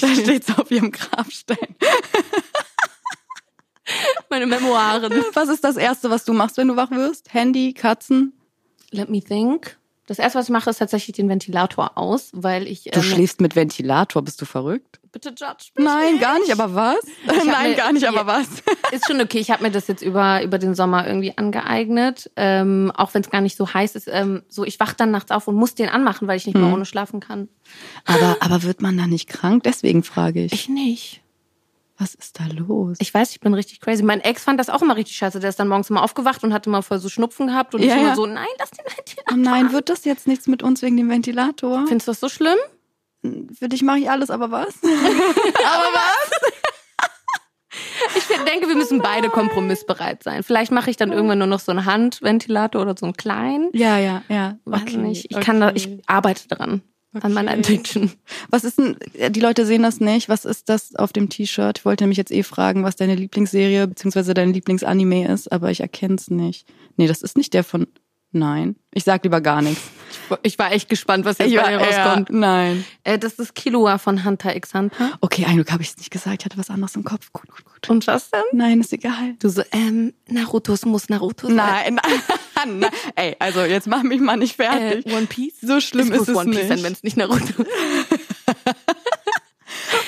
S1: Da steht's auf ihrem Grabstein.
S2: Meine Memoiren.
S1: Was ist das Erste, was du machst, wenn du wach wirst? Handy, Katzen?
S2: Let me think. Das erste, was ich mache, ist tatsächlich den Ventilator aus, weil ich.
S1: Du
S2: ähm,
S1: schläfst mit Ventilator, bist du verrückt?
S2: Bitte judge mich.
S1: Nein, gar nicht, aber was? Nein,
S2: mir-
S1: gar nicht, aber
S2: Ja.
S1: was?
S2: Ist schon okay. Ich habe mir das jetzt über, über den Sommer irgendwie angeeignet. Ähm, auch wenn es gar nicht so heiß ist. Ähm, so, ich wach dann nachts auf und muss den anmachen, weil ich nicht
S1: Hm.
S2: mehr ohne schlafen kann.
S1: Aber, aber wird man da nicht krank? Deswegen frage ich.
S2: Ich nicht.
S1: Was ist da los?
S2: Ich weiß, ich bin richtig crazy. Mein Ex fand das auch immer richtig scheiße. Der ist dann morgens immer aufgewacht und hatte mal voll so Schnupfen gehabt und
S1: Ja,
S2: ich immer
S1: ja.
S2: so, nein, lass den Ventilator.
S1: Oh nein, wird das jetzt nichts mit uns wegen dem Ventilator?
S2: Findest du das so schlimm?
S1: Für dich mache ich alles, aber was?
S2: Ich denke, wir müssen beide kompromissbereit sein. Vielleicht mache ich dann irgendwann nur noch so einen Handventilator oder so einen kleinen.
S1: Ja, ja, ja.
S2: Weiß nicht. Ich kann da, ich arbeite dran. An meiner
S1: Okay.
S2: Addiction.
S1: Was ist denn, die Leute sehen das nicht. Was ist das auf dem T-Shirt? Ich wollte nämlich jetzt eh fragen, was deine Lieblingsserie bzw. dein Lieblingsanime ist, aber ich erkenne es nicht. Nee, das ist nicht der von. Nein. Ich sag lieber gar nichts.
S2: Ich war echt gespannt, was jetzt bei dir rauskommt.
S1: Nein.
S2: Äh, das ist Kilua von Hunter x Hunter.
S1: Okay, ein Glück habe ich es nicht gesagt. Ich hatte was anderes im Kopf. Gut, gut, gut.
S2: Und was denn?
S1: Nein, ist egal.
S2: Du so, ähm, Narutos muss Naruto sein.
S1: Nein. Nein. Ey, also jetzt mach mich mal nicht
S2: Äh,
S1: fertig.
S2: One Piece?
S1: so schlimm
S2: Es
S1: ist
S2: muss
S1: es
S2: One Piece sein, wenn
S1: nicht.
S2: es nicht Naruto ist.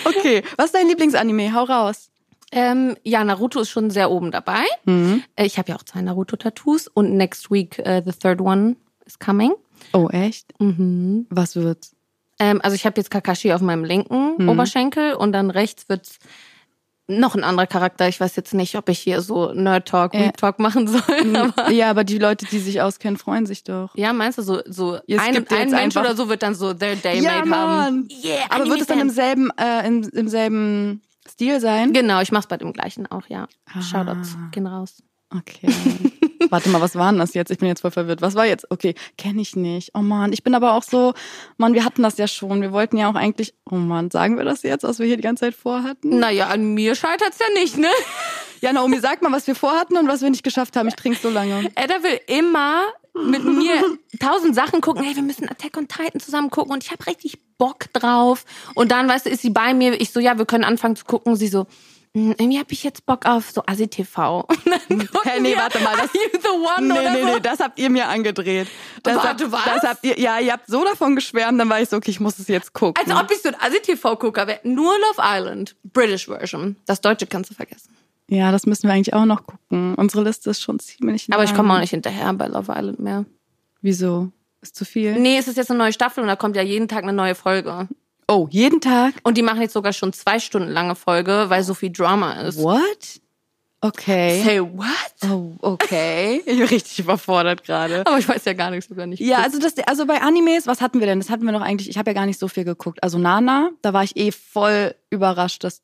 S1: Okay, was ist dein Lieblingsanime? Hau raus.
S2: Ähm, ja, Naruto ist schon sehr oben dabei. Äh, ich habe ja auch zwei Naruto-Tattoos und next week äh, the third one is coming.
S1: Oh, echt?
S2: Mhm.
S1: Was wird's?
S2: Ähm, also ich habe jetzt Kakashi auf meinem linken
S1: Hm.
S2: Oberschenkel und dann rechts wird's noch ein anderer Charakter. Ich weiß jetzt nicht, ob ich hier so Nerd-Talk,
S1: Äh.
S2: Weep-Talk machen soll. Aber
S1: Hm. Ja, aber die Leute, die sich auskennen, freuen sich doch.
S2: ja, meinst du, so, so
S1: Jetzt
S2: ein,
S1: gibt ihr
S2: ein
S1: jetzt
S2: Mensch
S1: einfach-
S2: oder so wird dann so their day
S1: Ja,
S2: made haben.
S1: Mann.
S2: Yeah,
S1: Aber wird es dann im selben, äh, im, im selben Stil sein?
S2: Genau, ich mach's bei dem gleichen auch, ja.
S1: Ah.
S2: Shoutouts gehen raus.
S1: Okay. Warte mal, was waren das jetzt? Ich bin jetzt voll verwirrt. Was war jetzt? Okay, kenne ich nicht. Oh Mann, ich bin aber auch so, Mann, wir hatten das ja schon. Wir wollten ja auch eigentlich, oh Mann, sagen wir das jetzt, was wir hier die ganze Zeit vorhatten?
S2: Naja, an mir scheitert's ja nicht, ne?
S1: Ja, Naomi, sag mal, was wir vorhatten und was wir nicht geschafft haben. Ich trinke so lange.
S2: Edda will immer mit mir tausend Sachen gucken. Hey, wir müssen Attack on Titan zusammen gucken und ich habe richtig Bock drauf. Und dann, weißt du, ist sie bei mir. Ich so, ja, wir können anfangen zu gucken. Sie so, "Hm, irgendwie habe ich jetzt Bock auf so Asi TV. Und dann gucken
S1: Hä, nee,
S2: wir
S1: warte mal,
S2: Are
S1: das-
S2: you the one
S1: Nee,
S2: oder
S1: nee,
S2: so.
S1: nee, das habt ihr mir angedreht. Das
S2: Warte,
S1: habt,
S2: was?
S1: Das habt ihr, ja, ihr habt so davon geschwärmt, dann war ich so, okay, ich muss es jetzt gucken.
S2: Als ob ich so ein Asi TV Gucker wäre. Nur Love Island, British Version. Das Deutsche kannst du vergessen.
S1: ja, das müssen wir eigentlich auch noch gucken. Unsere Liste ist schon ziemlich lang.
S2: Aber ich komme auch nicht hinterher bei Love Island mehr.
S1: Wieso? Ist zu viel?
S2: Nee, es ist jetzt eine neue Staffel und da kommt ja jeden Tag eine neue Folge.
S1: Oh, jeden Tag?
S2: Und die machen jetzt sogar schon zwei Stunden lange Folge, weil so viel Drama ist.
S1: What? Okay.
S2: Say what?
S1: Oh, okay. Ich bin richtig überfordert gerade.
S2: Aber ich weiß ja gar nichts sogar nicht.
S1: Ja, also das, also bei Animes, was hatten wir denn? Das hatten wir noch eigentlich, ich habe ja gar nicht so viel geguckt. Also Nana, da war ich eh voll überrascht, dass,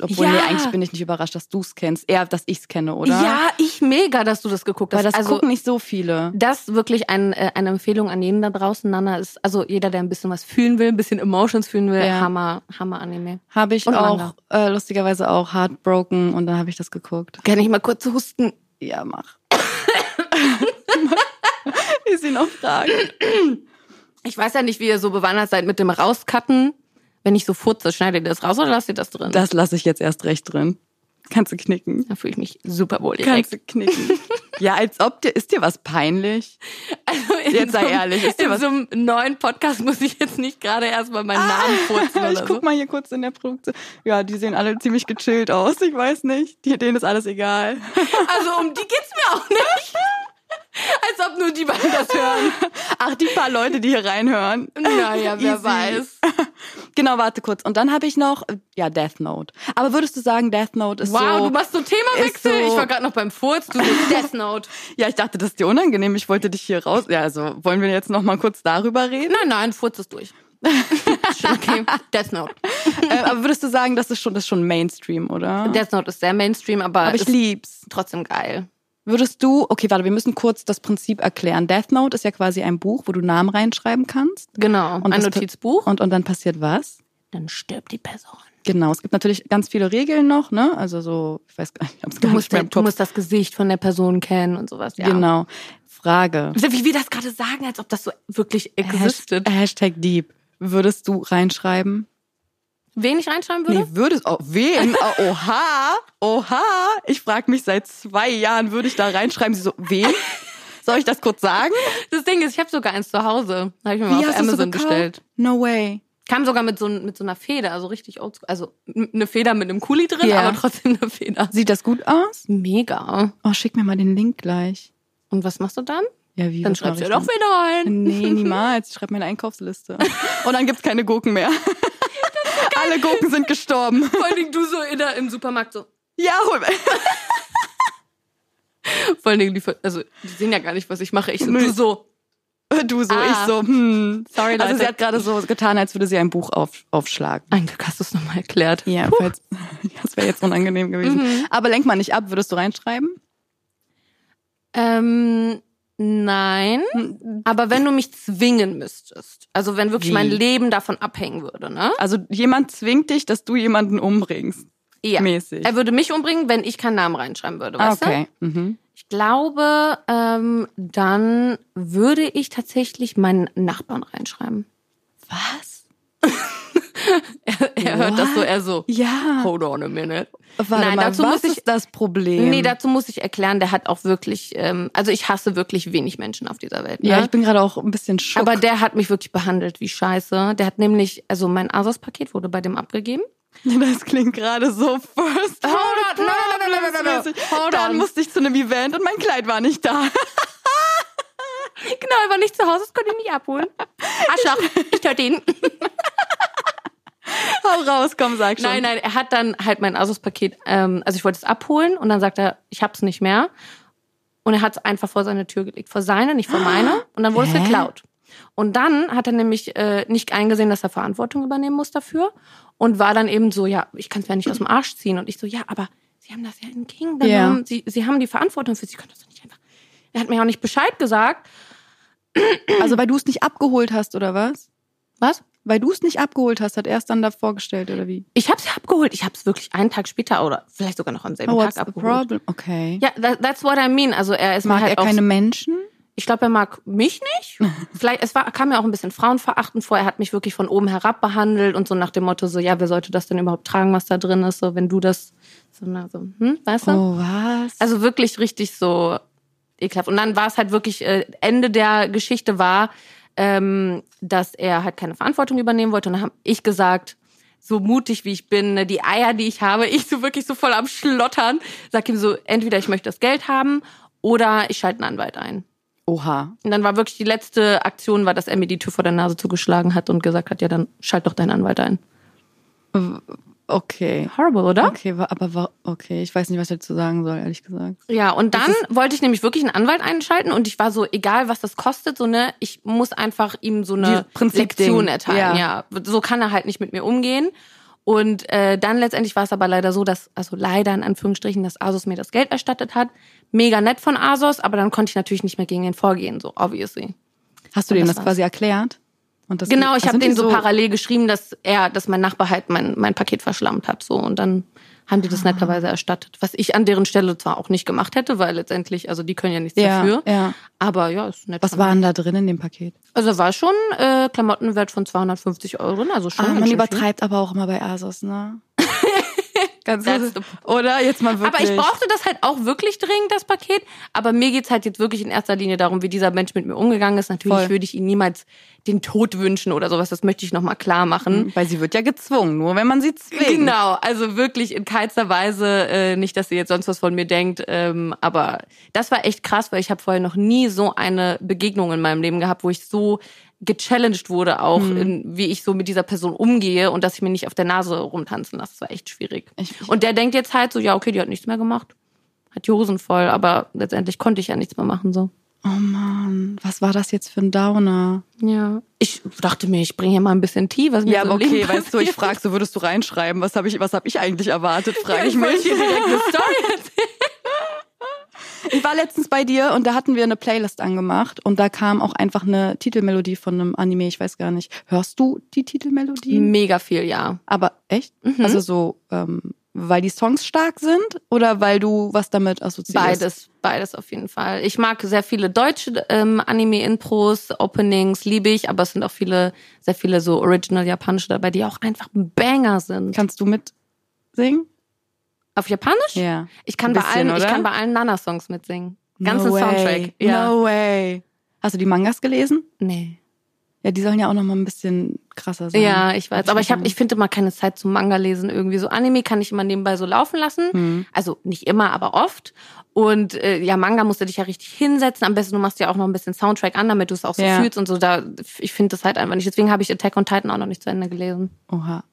S1: obwohl,
S2: Ja.
S1: nee, eigentlich bin ich nicht überrascht, dass du es kennst. Eher, dass ich es kenne, oder?
S2: Ja, ich mega, dass du das geguckt hast.
S1: Weil das
S2: also
S1: gucken nicht so viele.
S2: das wirklich ein, äh, eine Empfehlung an jeden da draußen. Nana ist also jeder, der ein bisschen was fühlen will, ein bisschen Emotions fühlen will.
S1: Ja.
S2: Hammer, Hammer Anime.
S1: Habe ich
S2: Und
S1: auch, äh,
S2: Manga.
S1: lustigerweise auch, Heartbroken und dann habe ich das geguckt.
S2: Kann ich mal kurz husten?
S1: Ja, mach. Ist sie noch fragen?
S2: Ich weiß ja nicht, wie ihr so bewandert seid mit dem Rauscutten. Wenn ich so furze, schneidet ihr das raus oder lasst ihr das drin?
S1: Das lasse ich jetzt erst recht drin. Kannst du knicken.
S2: da fühle ich mich super wohl direkt.
S1: Kannst du knicken. ja, als ob dir, ist dir was peinlich?
S2: Also in
S1: Jetzt sei
S2: so einem-
S1: ehrlich, ist dir
S2: in
S1: was-
S2: so einem neuen Podcast muss ich jetzt nicht gerade erstmal meinen Namen furzen
S1: Ich
S2: oder so.
S1: guck mal hier kurz in der Produktion. Ja, die sehen alle ziemlich gechillt aus. Ich weiß nicht. Die- Denen ist alles egal.
S2: Also um die geht's mir auch nicht. Als ob nur die beiden das hören.
S1: Ach, die paar Leute, die hier reinhören.
S2: Naja, wer
S1: Easy.
S2: weiß.
S1: Genau, warte kurz. Und dann habe ich noch, äh, ja, Death Note. Aber würdest du sagen, Death Note ist
S2: Wow,
S1: so...
S2: du machst so Themawechsel.
S1: ist so-
S2: ich war gerade noch beim Furz, du bist Death Note.
S1: ja, ich dachte, das ist dir unangenehm. Ich wollte dich hier raus... Ja, also wollen wir jetzt noch mal kurz darüber reden?
S2: Nein, nein, Furz ist durch. Schon okay, Death Note.
S1: äh, aber würdest du sagen, das ist schon, das ist schon Mainstream, oder?
S2: Death Note ist sehr Mainstream, aber,
S1: aber ich
S2: ist
S1: lieb's.
S2: trotzdem geil.
S1: Würdest du, okay, warte, wir müssen kurz das Prinzip erklären. Death Note ist ja quasi ein Buch, wo du Namen reinschreiben kannst.
S2: Genau.
S1: Und
S2: ein
S1: das-
S2: Notizbuch.
S1: Und, und dann passiert was?
S2: dann stirbt die Person.
S1: Genau, es gibt natürlich ganz viele Regeln noch, ne? Also so, ich weiß gar nicht, ich hab's
S2: Du
S1: gar
S2: musst,
S1: nicht mehr im
S2: du
S1: Kopf.
S2: musst das Gesicht von der Person kennen und sowas. Ja.
S1: Genau. Frage.
S2: Wie wir das gerade sagen, als ob das so wirklich existiert.
S1: Hashtag, Hashtag Deep. Würdest du reinschreiben?
S2: Wen ich reinschreiben würde?
S1: Nee, würdest oh, wen? Oh, oha, oha. Ich frage mich seit zwei Jahren, würde ich da reinschreiben? Sie so, wen? Soll ich das kurz sagen?
S2: Das Ding ist, ich habe sogar eins zu Hause. Habe ich mir mal auf Amazon bestellt.
S1: No way.
S2: Kam sogar mit so, n- mit so einer Feder, also richtig oldschool. Also m- eine Feder mit einem Kuli drin,
S1: Ja.
S2: aber trotzdem eine Feder.
S1: Sieht das gut aus?
S2: Mega.
S1: Oh, schick mir mal den Link gleich.
S2: Und was machst du dann?
S1: Ja, wie?
S2: Dann
S1: was
S2: schreibst du
S1: mach
S2: ja
S1: ich
S2: doch
S1: denn?
S2: wieder ein.
S1: Nee, niemals. Ich schreibe meine Einkaufsliste. Und dann gibt's keine Gurken mehr. Alle Gurken sind gestorben.
S2: Vor allen Dingen du so in der, im Supermarkt so.
S1: Ja, hol mir.
S2: Vor allen Dingen die, also die sehen ja gar nicht, was ich mache. Ich so,
S1: Nee.
S2: du so.
S1: Du so,
S2: Ah.
S1: ich so, hm.
S2: Sorry, Leute.
S1: Also sie hat gerade so getan, als würde sie ein Buch auf, aufschlagen.
S2: Ein Glück hast du es nochmal erklärt.
S1: Ja, falls, das wäre jetzt unangenehm gewesen. Aber lenk mal nicht ab, würdest du reinschreiben?
S2: Ähm, nein. Aber wenn du mich zwingen müsstest, also wenn wirklich
S1: Wie?
S2: mein Leben davon abhängen würde, ne?
S1: Also jemand zwingt dich, dass du jemanden umbringst.
S2: Ja.
S1: Mäßig.
S2: Er würde mich umbringen, wenn ich keinen Namen reinschreiben würde,
S1: Ah,
S2: weißt du?
S1: okay. Mhm.
S2: Ich glaube, ähm, dann würde ich tatsächlich meinen Nachbarn reinschreiben.
S1: Was?
S2: Er hört das so,
S1: What?
S2: er so.
S1: Ja.
S2: Hold on a minute.
S1: Warte
S2: Nein,
S1: mal,
S2: dazu
S1: was
S2: muss ich-
S1: ist das Problem?
S2: Nee, dazu muss ich erklären, der hat auch wirklich, ähm, also ich hasse wirklich wenig Menschen auf dieser Welt. Ne?
S1: ja, ich bin gerade auch ein bisschen schock.
S2: Aber der hat mich wirklich behandelt wie scheiße. Der hat nämlich, also mein ASOS-Paket wurde bei dem abgegeben.
S1: das klingt gerade so first.
S2: Hold on, no, no, no, no, no, no, no. Hold
S1: Dann
S2: on.
S1: musste ich zu einem Event und mein Kleid war nicht da.
S2: Genau, er war nicht zu Hause, das konnte ich nicht abholen. Arschloch, ich töte ihn.
S1: Hau raus, komm, sag schon.
S2: Nein, nein, er hat dann halt mein Asus-Paket, ähm, also ich wollte es abholen und dann sagt er, ich hab's nicht mehr. Und er hat es einfach vor seine Tür gelegt, vor seine, nicht vor meine. Und dann wurde es
S1: Ah! Hä?
S2: geklaut. Und dann hat er nämlich äh, nicht eingesehen, dass er Verantwortung übernehmen muss dafür und war dann eben so, ja, ich kann es mir nicht aus dem Arsch ziehen. Und ich so, ja, aber Sie haben das ja in King
S1: Ja.
S2: genommen. Sie, Sie haben die Verantwortung für Sie, Sie können das doch nicht einfach. Er hat mir auch nicht Bescheid gesagt.
S1: Also weil du es nicht abgeholt hast, oder was?
S2: Was?
S1: Weil du es nicht abgeholt hast, hat er es dann da vorgestellt, oder wie?
S2: Ich hab's ja abgeholt. Ich hab's wirklich einen Tag später oder vielleicht sogar noch am
S1: Oh,
S2: selben Tag abgeholt.
S1: Okay.
S2: Ja, that, that's what I mean. Also er ist mir
S1: Mag
S2: halt
S1: er
S2: auch
S1: keine Menschen?
S2: Ich glaube, er mag mich nicht. Vielleicht, es war, kam mir auch ein bisschen frauenverachtend vor. Er hat mich wirklich von oben herab behandelt und so nach dem Motto so, ja, wer sollte das denn überhaupt tragen, was da drin ist? So, wenn du das, so, na, so, hm, weißt du?
S1: Oh, was?
S2: Also wirklich richtig so ekelhaft. Und dann war es halt wirklich, äh, Ende der Geschichte war, ähm, dass er halt keine Verantwortung übernehmen wollte. Und dann habe ich gesagt, so mutig wie ich bin, ne, die Eier, die ich habe, ich so wirklich so voll am Schlottern, sag ihm so, entweder ich möchte das Geld haben oder ich schalte einen Anwalt ein.
S1: Oha.
S2: Und dann war wirklich die letzte Aktion, war, dass er mir die Tür vor der Nase zugeschlagen hat und gesagt hat, ja, dann schalt doch deinen Anwalt ein.
S1: Okay.
S2: Horrible, oder?
S1: Okay, wa- aber wa- okay, ich weiß nicht, was ich dazu sagen soll, ehrlich gesagt.
S2: Ja, und dann wollte ich nämlich wirklich einen Anwalt einschalten und ich war so, egal was das kostet, so ne, ich muss einfach ihm so eine
S1: Dieses Prinzipding.
S2: Lektion erteilen. Ja.
S1: Ja.
S2: so kann er halt nicht mit mir umgehen. Und äh, dann letztendlich war es aber leider so, dass, also leider in Anführungsstrichen, dass Asus mir das Geld erstattet hat. Mega nett von Asus, aber dann konnte ich natürlich nicht mehr gegen ihn vorgehen, so obviously.
S1: Hast du
S2: Und
S1: dem das,
S2: das war's.
S1: quasi erklärt? Und das
S2: Genau, ich
S1: Ach,
S2: habe
S1: sind
S2: denen
S1: die
S2: so, parallel geschrieben, dass er, dass mein Nachbar halt mein, mein Paket verschlammt hat. So und dann haben die das
S1: Ah.
S2: netterweise erstattet. Was ich an deren Stelle zwar auch nicht gemacht hätte, weil letztendlich, also die können ja nichts
S1: ja,
S2: dafür.
S1: Ja.
S2: Aber ja, ist nett.
S1: Was
S2: von-
S1: war denn da drin in dem Paket?
S2: Also war schon äh, Klamottenwert von 250 Euro, ne? also schon.
S1: Ah,
S2: ganz
S1: man
S2: schön
S1: übertreibt aber auch immer bei Asos, ne? Ganz
S2: That's the-
S1: Oder? Jetzt mal
S2: viel. Aber
S1: wirklich.
S2: ich brauchte das halt auch wirklich dringend, das Paket. Aber mir geht's halt jetzt wirklich in erster Linie darum, wie dieser Mensch mit mir umgegangen ist. Natürlich
S1: Voll.
S2: würde ich ihm niemals den Tod wünschen oder sowas. Das möchte ich nochmal klar machen.
S1: Hm, Weil sie wird ja gezwungen, nur wenn man sie zwingt.
S2: Genau, also wirklich in keinster Weise, äh, nicht, dass ihr jetzt sonst was von mir denkt, ähm, aber das war echt krass, weil ich habe vorher noch nie so eine Begegnung in meinem Leben gehabt, wo ich so gechallenged wurde, auch
S1: Mhm.
S2: in, wie ich so mit dieser Person umgehe und dass ich mir nicht auf der Nase rumtanzen lasse. Das war echt schwierig.
S1: Ich- ich-
S2: und der denkt jetzt halt so, ja, okay, die hat nichts mehr gemacht. Hat die Hosen voll, aber letztendlich konnte ich ja nichts mehr machen, so.
S1: Oh Mann, was war das jetzt für ein Downer?
S2: Ja. Ich dachte mir, ich bringe hier mal ein bisschen Tee, was mir so im Leben passiert.
S1: frage so, würdest du reinschreiben? Was habe ich, was hab ich eigentlich erwartet, frage
S2: Ja, ich wollte dir direkt eine Story
S1: Ich war letztens bei dir und da hatten wir eine Playlist angemacht und da kam auch einfach eine Titelmelodie von einem Anime, ich weiß gar nicht. Hörst du die Titelmelodie?
S2: Mega viel, ja.
S1: Aber echt? Also so, ähm, weil die Songs stark sind oder weil du was damit assoziierst?
S2: Beides, beides auf jeden Fall. Ich mag sehr viele deutsche ähm, Anime-Intros, Openings, liebe ich, aber es sind auch viele, sehr viele so original japanische dabei, die auch einfach Banger sind.
S1: Kannst du mitsingen?
S2: Auf Japanisch?
S1: Ja.
S2: Ich kann
S1: Ein
S2: bei
S1: bisschen,
S2: allen, ich
S1: oder?
S2: kann bei allen Nana-Songs mitsingen. Ganzen
S1: no way.
S2: Soundtrack. Ja.
S1: No way. Hast du die Mangas gelesen?
S2: Nee.
S1: Ja, die sollen ja auch noch mal ein bisschen krasser sein.
S2: Ja, ich weiß. Aber ich habe, ich finde mal keine Zeit zum Manga lesen irgendwie. So Anime kann ich immer nebenbei so laufen lassen.
S1: Hm.
S2: Also nicht immer, aber oft. Und äh, ja, Manga musst du dich ja richtig hinsetzen. Am besten du machst ja auch noch ein bisschen Soundtrack an, damit du es auch so
S1: Ja.
S2: fühlst und so. Da, ich finde das halt einfach nicht. Deswegen habe ich Attack on Titan auch noch nicht zu Ende gelesen.
S1: Oha.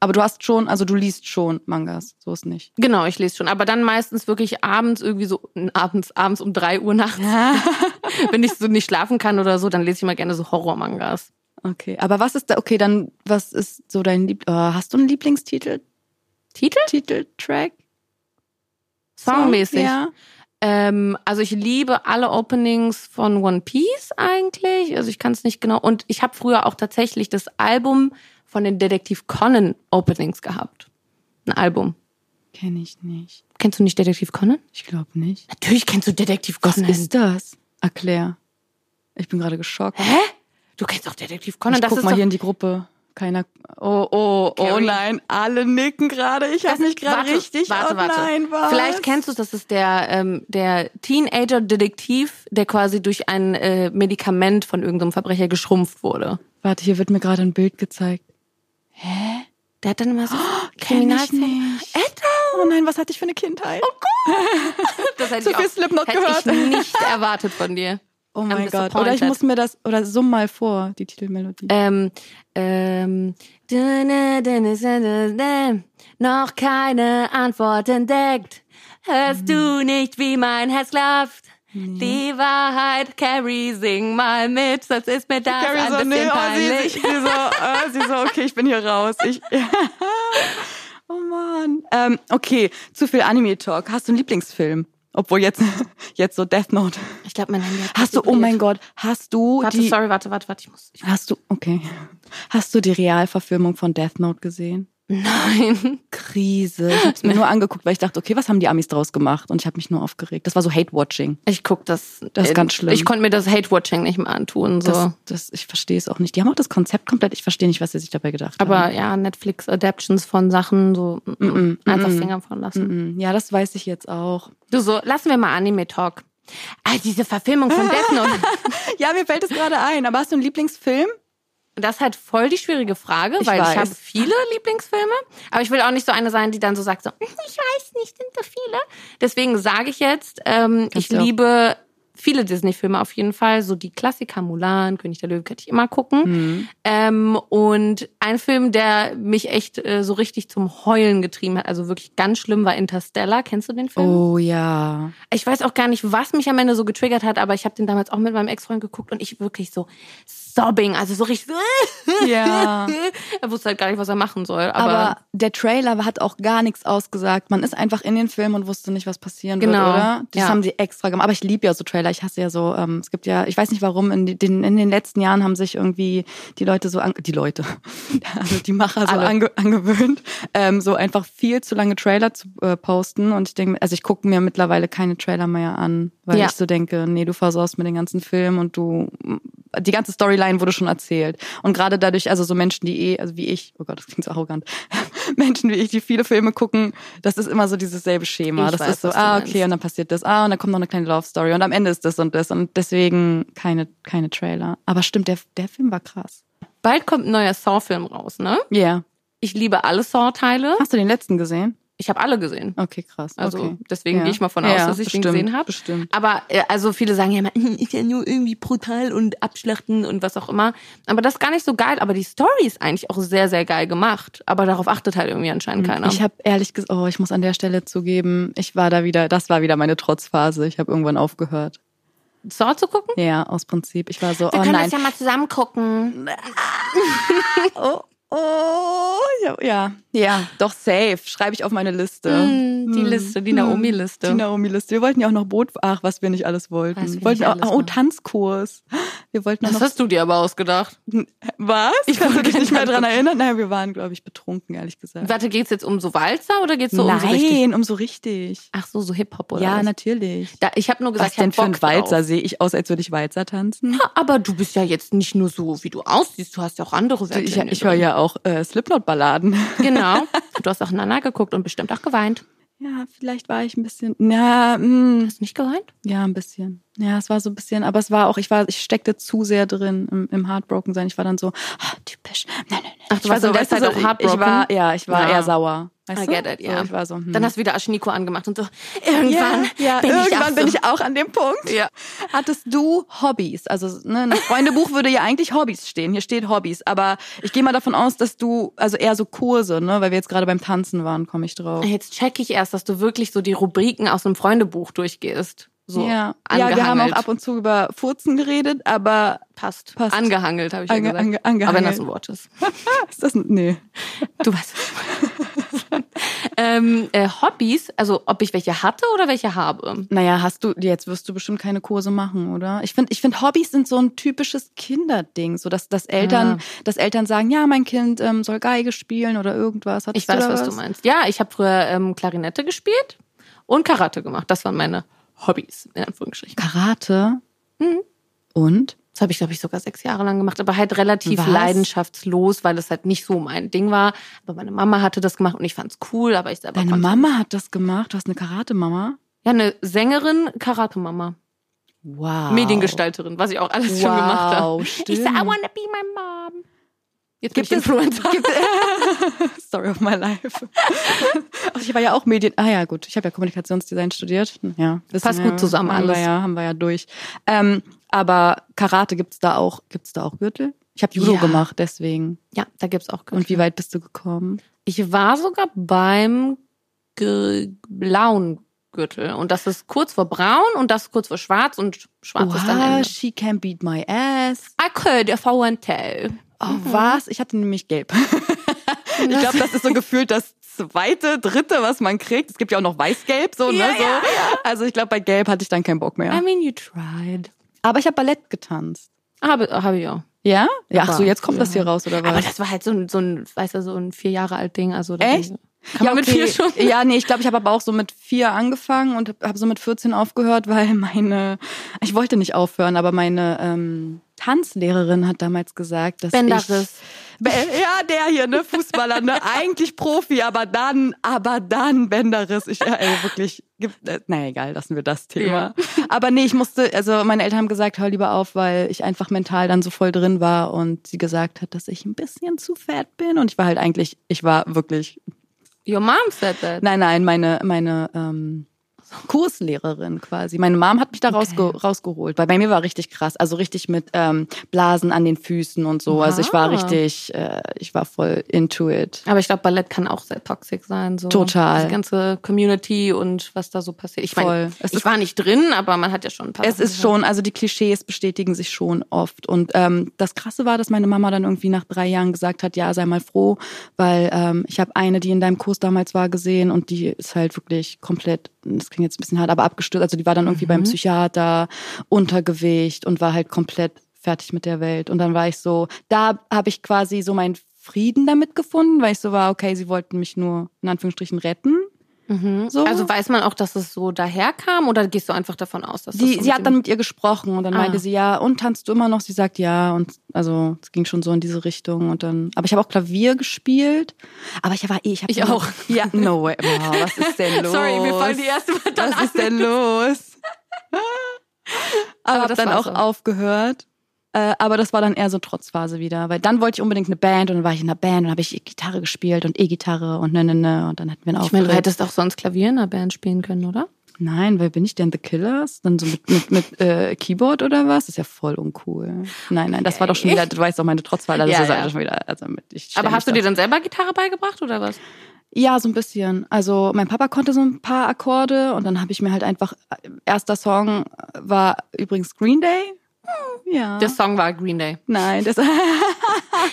S1: Aber du hast schon, also du liest schon Mangas, so ist nicht.
S2: Genau, ich lese schon. Aber dann meistens wirklich abends irgendwie so abends, abends um drei Uhr nachts, wenn ich so nicht schlafen kann oder so, dann lese ich mal gerne so Horror-Mangas.
S1: Okay, aber was ist da, okay, dann, was ist so dein Lieb äh, hast du einen Lieblingstitel?
S2: Titel?
S1: Titeltrack?
S2: Songmäßig.
S1: Ja.
S2: Ähm, also ich liebe alle Openings von One Piece eigentlich. Also ich kann es nicht genau. Und ich habe früher auch tatsächlich das Album von den Detektiv Conan Openings gehabt. Ein Album.
S1: Kenne ich nicht.
S2: Kennst du nicht Detektiv Conan?
S1: Ich glaube nicht.
S2: Natürlich kennst du Detektiv
S1: Was
S2: Conan.
S1: ist das? Erklär. Ich bin gerade geschockt.
S2: Hä? Du kennst auch Detektiv Conan.
S1: ich
S2: das
S1: guck
S2: ist
S1: mal
S2: doch,
S1: hier in die Gruppe. Keiner. Oh, oh, oh
S2: Carrie.
S1: nein. Alle nicken gerade. Ich habe mich gerade
S2: Warte,
S1: richtig.
S2: Warte,
S1: oh
S2: warte.
S1: nein, was?
S2: Vielleicht kennst du es, das ist der, ähm, der Teenager-Detektiv, der quasi durch ein äh, Medikament von irgendeinem Verbrecher geschrumpft wurde.
S1: Warte, hier wird mir gerade ein Bild gezeigt.
S2: Der hat dann immer so
S1: Kenn ich
S2: Kriminalfälle.
S1: nicht. Oh nein, was hatte ich für eine Kindheit? Oh,
S2: Das hätte
S1: Zu
S2: ich auch,
S1: viel Slipknot
S2: hätte
S1: gehört.
S2: ich nicht erwartet von dir.
S1: Oh mein
S2: I'm
S1: Gott. Oder ich
S2: disappointed.
S1: muss mir das, oder summ mal vor, die Titelmelodie.
S2: Ähm, ähm, dünne, dünne, dünne, dünne, noch keine Antwort entdeckt. Hörst du nicht, wie mein Herz klafft? Die Wahrheit, Carrie, sing mal mit, sonst ist mir das
S1: Carrie
S2: ein
S1: so,
S2: bisschen
S1: nee, oh, sie,
S2: peinlich.
S1: sie, sie, so, äh, sie so, okay, ich bin hier raus. Ich, oh Mann. Ähm, okay, zu viel Anime-Talk. Hast du einen Lieblingsfilm? Obwohl jetzt, jetzt so Death Note.
S2: Ich glaube, mein Handy hat
S1: Hast du, oh
S2: vibriert.
S1: mein Gott, hast du
S2: Warte,
S1: die,
S2: sorry, warte, warte, warte, ich muss. Ich,
S1: hast du, okay. Hast du die Realverfilmung von Death Note gesehen?
S2: nein.
S1: Krise. Ich hab's mir nur angeguckt, weil ich dachte, okay, was haben die Amis draus gemacht? Und ich habe mich nur aufgeregt. Das war so Hate-Watching.
S2: Ich guck das.
S1: Das ist ganz schlimm.
S2: Ich konnte mir das Hate-Watching nicht mehr antun, so.
S1: Das, das, ich verstehe es auch nicht. Die haben auch das Konzept komplett. Ich verstehe nicht, was sie sich dabei gedacht haben.
S2: Aber ja, Netflix-Adaptions von Sachen, so mm, Mhm. mm, einfach Finger von lassen.
S1: Mhm. Ja, das weiß ich jetzt auch.
S2: Du so, lassen wir mal Anime-Talk. Ah, diese Verfilmung von Death Note.
S1: Ja, mir fällt es gerade ein. Aber hast du einen Lieblingsfilm?
S2: Das ist halt voll die schwierige Frage,
S1: Ich
S2: weil
S1: weiß.
S2: ich habe viele Lieblingsfilme. Aber ich will auch nicht so eine sein, die dann so sagt, so, ich weiß nicht, sind so viele. Deswegen sage ich jetzt, ähm, ich
S1: du auch.
S2: liebe viele Disney-Filme auf jeden Fall. So die Klassiker Mulan, König der Löwen könnte ich immer gucken.
S1: Mhm.
S2: Ähm, und ein Film, der mich echt äh, so richtig zum Heulen getrieben hat, also wirklich ganz schlimm, war Interstellar. Kennst du den Film?
S1: Oh ja.
S2: Ich weiß auch gar nicht, was mich am Ende so getriggert hat, aber ich habe den damals auch mit meinem Ex-Freund geguckt und ich wirklich so sobbing, also so richtig.
S1: Ja.
S2: er wusste halt gar nicht, was er machen soll. Aber,
S1: Aber der Trailer hat auch gar nichts ausgesagt. Man ist einfach in den Film und wusste nicht, was passieren
S2: Genau.
S1: wird, oder? Das
S2: Ja.
S1: haben sie extra gemacht. Aber ich liebe ja so Trailer. Ich hasse ja so, ähm, es gibt ja, ich weiß nicht warum, in den, in den letzten Jahren haben sich irgendwie die Leute so, an, die Leute, also die Macher so
S2: Alle.
S1: ange, angewöhnt, ähm, so einfach viel zu lange Trailer zu äh, posten. Und ich denke, also ich gucke mir mittlerweile keine Trailer mehr an, weil
S2: Ja.
S1: ich so denke, nee, du versaust mir den ganzen Film und du, die ganze Storyline wurde schon erzählt. Und gerade dadurch, also so Menschen, die eh, also wie ich, oh Gott, das klingt so arrogant, Menschen wie ich, die viele Filme gucken, das ist immer so dieses selbe Schema.
S2: Ich
S1: das
S2: weiß,
S1: ist so,
S2: was du
S1: ah,
S2: meinst.
S1: okay, und dann passiert das, ah, und dann kommt noch eine kleine Love Story und am Ende ist das und das und deswegen keine, keine Trailer. Aber stimmt, der, der Film war krass.
S2: bald kommt ein neuer Saw-Film raus, ne?
S1: Ja. Yeah.
S2: Ich liebe alle Saw-Teile.
S1: Hast du den letzten gesehen?
S2: Ich habe alle gesehen.
S1: Okay, krass.
S2: Also
S1: okay.
S2: deswegen
S1: Ja.
S2: gehe ich mal von aus,
S1: Ja,
S2: dass ich
S1: bestimmt,
S2: den gesehen habe.
S1: Bestimmt.
S2: Aber äh, also viele sagen ja immer, "Hm, ist ja nur irgendwie brutal und abschlachten und was auch immer. Aber das ist gar nicht so geil. Aber die Story ist eigentlich auch sehr, sehr geil gemacht. Aber darauf achtet halt irgendwie anscheinend keiner.
S1: Hm, Ich habe ehrlich gesagt, oh, ich muss an der Stelle zugeben, ich war da wieder, das war wieder meine Trotzphase. Ich habe irgendwann aufgehört.
S2: Saw zu gucken?
S1: Ja, aus Prinzip. Ich war so,
S2: Wir
S1: oh
S2: können
S1: nein.
S2: das ja mal zusammen gucken.
S1: oh, oh, ja, ja, Ja, doch safe. Schreibe ich auf meine Liste.
S2: Mm, die Liste, die Naomi-Liste.
S1: Hm. Die Naomi-Liste. Wir wollten ja auch noch Boot. Ach, was wir nicht alles wollten.
S2: Was wir
S1: wir wollten
S2: nicht
S1: auch,
S2: alles
S1: oh,
S2: machen.
S1: Tanzkurs. Wir wollten auch
S2: Das
S1: noch.
S2: hast du dir aber ausgedacht.
S1: Was? Ich
S2: Ich
S1: kann
S2: wollte
S1: mich nicht mehr
S2: keinen
S1: dran erinnern. Naja, wir waren, glaube ich, betrunken, ehrlich gesagt.
S2: Warte, geht's jetzt um so Walzer oder geht's so um so richtig?
S1: Nein, um so richtig.
S2: Ach so, so Hip-Hop oder
S1: Ja,
S2: was?
S1: natürlich.
S2: Da, ich habe nur gesagt,
S1: was denn
S2: ich hab
S1: für ein
S2: Bock drauf.
S1: Walzer? Sehe ich aus, als würde ich Walzer tanzen?
S2: Ja, aber du bist ja jetzt nicht nur so, wie du aussiehst, du hast ja auch andere Werte.
S1: Ich,
S2: in dir
S1: ich höre
S2: drin.
S1: ja auch äh, Slipknot-Balladen.
S2: Genau. Du hast auch Nana geguckt und bestimmt auch geweint.
S1: Ja, vielleicht war ich ein bisschen. Na, mh,
S2: Hast du nicht geweint?
S1: ja, ein bisschen. Ja, es war so ein bisschen, aber es war auch, ich war, ich steckte zu sehr drin im, im Heartbroken sein. Ich war dann so, ah, typisch. Nein, nein, nein.
S2: Ach, du
S1: Ich
S2: warst
S1: war
S2: in der
S1: weißt du,
S2: Zeit auch heartbroken?
S1: Ich war, ja, ich war
S2: Ja.
S1: eher sauer. Weißt
S2: I
S1: du?
S2: get it, ja.
S1: So, ich war so, hm.
S2: Dann hast du wieder Aschniko angemacht und so, irgendwann
S1: ja,
S2: bin
S1: irgendwann
S2: ich auch
S1: bin
S2: so.
S1: ich auch an dem Punkt.
S2: Ja.
S1: Hattest du Hobbys? Also ne, in das Freundebuch würde ja eigentlich Hobbys stehen. Hier steht Hobbys, aber ich gehe mal davon aus, dass du also eher so Kurse, ne, weil wir jetzt gerade beim Tanzen waren, komme ich drauf.
S2: Ah, Jetzt check ich erst, dass du wirklich so die Rubriken aus einem Freundebuch durchgehst. So
S1: ja. ja,
S2: angehangelt.
S1: wir haben auch ab und zu über Furzen geredet, aber
S2: passt.
S1: Passt.
S2: Angehangelt, habe ich
S1: Ange-
S2: ja gesagt.
S1: ange- angehangelt.
S2: Aber wenn das ein Wort ist.
S1: ist das ein, nee.
S2: Du weißt es. ähm, äh, Hobbys, also ob ich welche hatte oder welche habe.
S1: Naja, hast du jetzt wirst du bestimmt keine Kurse machen, oder? Ich finde, ich finde Hobbys sind so ein typisches Kinderding, so dass, dass Eltern,
S2: Ja.
S1: dass Eltern sagen, ja, mein Kind ähm, soll Geige spielen oder irgendwas. Hattest
S2: Ich weiß,
S1: da
S2: was du meinst. Ja, ich habe früher ähm, Klarinette gespielt und Karate gemacht. Das waren meine Hobbys, in Anführungsstrichen.
S1: Karate. Mhm. Und?
S2: Das habe ich, glaube ich, sogar sechs Jahre lang gemacht, aber halt relativ
S1: Was?
S2: leidenschaftslos, weil es halt nicht so mein Ding war. Aber meine Mama hatte das gemacht und ich fand's cool, aber ich selber
S1: Deine
S2: konnt's-
S1: Mama hat das gemacht. Du hast eine Karate-Mama.
S2: Ja, eine Sängerin, Karate-Mama,
S1: Wow.
S2: Mediengestalterin, was ich auch alles
S1: Wow,
S2: schon gemacht habe.
S1: stimmt.
S2: Ich sag, I wanna be my mom. Jetzt
S1: Gibt
S2: bin ich
S1: es-
S2: Influencer.
S1: Story of my life. Ach, ich war ja auch Medien. Ah ja, gut. Ich habe ja Kommunikationsdesign studiert. Hm, Ja, wissen
S2: Passt
S1: wir
S2: gut
S1: ja.
S2: zusammen
S1: haben
S2: alles.
S1: Wir ja, haben wir ja durch. Ähm, aber Karate gibt's da auch. Gibt's da auch Gürtel? Ich habe Judo
S2: Ja.
S1: gemacht, deswegen.
S2: Ja, da gibt's auch
S1: Und wie weit bist du gekommen?
S2: Ich war sogar beim ge- blauen Gürtel. Und das ist kurz vor braun und das ist kurz vor schwarz und schwarz ist dann
S1: Oha,
S2: Ende.
S1: she can beat my ass.
S2: I could if I want to.
S1: Oh,
S2: Mhm.
S1: was? Ich hatte nämlich gelb. Ich glaube, das ist so gefühlt das zweite, dritte, was man kriegt. Es gibt ja auch noch weiß-gelb, so,
S2: Ja,
S1: ne? So.
S2: ja, Ähm,
S1: Also ich glaube, bei gelb hatte ich dann keinen Bock
S2: I
S1: mehr.
S2: mean, you tried.
S1: Aber ich habe Ballett getanzt.
S2: Habe, habe ich auch.
S1: Ja? Ja, ach so,
S2: Aber-
S1: jetzt kommt das hier raus, oder
S2: Aber
S1: was?
S2: das war halt so ein, so ein weißt du, so ein vier Jahre alt Ding. Also da
S1: Echt?
S2: Kann man mit vier schon.
S1: Ja, nee, ich glaube, ich habe aber auch so mit vier angefangen und habe so mit 14 aufgehört, weil meine, ich wollte nicht aufhören, aber meine ähm, Tanzlehrerin hat damals gesagt, dass
S2: Bänderriss.
S1: ich... Be- Ja, der hier, ne, Fußballer, ne, eigentlich Profi, aber dann, aber dann Bänderriss. Ich, ja, ey, wirklich, gibt, äh, naja, egal, lassen wir das Thema. Aber nee, ich musste, also meine Eltern haben gesagt, hör lieber auf, weil ich einfach mental dann so voll drin war und sie gesagt hat, dass ich ein bisschen zu fett bin und ich war halt eigentlich, ich war wirklich
S2: Your mom said that.
S1: Nein, nein, meine, meine ähm, Kurslehrerin quasi. Meine Mom hat mich da rausge rausgeholt, weil bei mir war richtig krass. Also richtig mit ähm, Blasen an den Füßen und so. Also ich war
S2: Ah.
S1: richtig, äh, ich war voll into it.
S2: Aber ich glaube, Ballett kann auch sehr toxisch sein. So.
S1: Total.
S2: Die ganze Community und was da so passiert. Ich meine,
S1: Voll. Es
S2: ich
S1: ist-
S2: war nicht drin, aber man hat ja schon ein paar
S1: Es
S2: Sachen
S1: ist
S2: gehört.
S1: schon, also die Klischees bestätigen sich schon oft. Und ähm, das Krasse war, dass meine Mama dann irgendwie nach drei Jahren gesagt hat, ja, sei mal froh, weil ähm, ich habe eine, die in deinem Kurs damals war, gesehen und die ist halt wirklich komplett, das klingt jetzt ein bisschen hart, aber abgestürzt. Also die war dann irgendwie beim Psychiater, Untergewicht und war halt komplett fertig mit der Welt. Und dann war ich so, da habe ich quasi so meinen Frieden damit gefunden, weil ich so war, okay, sie wollten mich nur in Anführungsstrichen retten. So.
S2: Also weiß man auch, dass es so daherkam oder gehst du einfach davon aus, dass das
S1: Die,
S2: so
S1: sie
S2: mit
S1: hat
S2: dem-
S1: dann mit ihr gesprochen und dann
S2: Ah.
S1: meinte sie, ja, und tanzt du immer noch? Sie sagt ja. Und also es ging schon so in diese Richtung. Und dann, aber ich habe auch Klavier gespielt. Aber ich war eh, ich habe
S2: Ich auch.
S1: Ja, no way. Wow, was ist denn los?
S2: Sorry, wir fallen die erste Mal dann
S1: Was ist denn los? aber
S2: Aber
S1: hab
S2: das
S1: dann
S2: war's
S1: auch
S2: dann.
S1: aufgehört. Äh, aber das war dann eher so Trotzphase wieder, weil dann wollte ich unbedingt eine Band und dann war ich in einer Band und habe ich Gitarre gespielt und E-Gitarre und ne ne ne und dann hatten wir einen
S2: Ich meine, du
S1: Auftritt.
S2: hättest auch sonst Klavier in einer Band spielen können, oder?
S1: Nein, wer bin ich denn? The Killers? Dann so mit, mit, mit äh, Keyboard oder was? Das ist ja voll uncool. Nein, nein, das war doch schon wieder, du weißt doch meine Trotzwahl, das
S2: Ja,
S1: ist
S2: ja.
S1: ja. schon wieder, also mit, ich stell
S2: Aber
S1: mich
S2: hast du
S1: da-
S2: dir dann selber Gitarre beigebracht oder was?
S1: Ja, so ein bisschen. Also mein Papa konnte so ein paar Akkorde und dann habe ich mir halt einfach, erster Song war übrigens Green Day Ja.
S2: Der Song war Green Day.
S1: Nein, das. halt,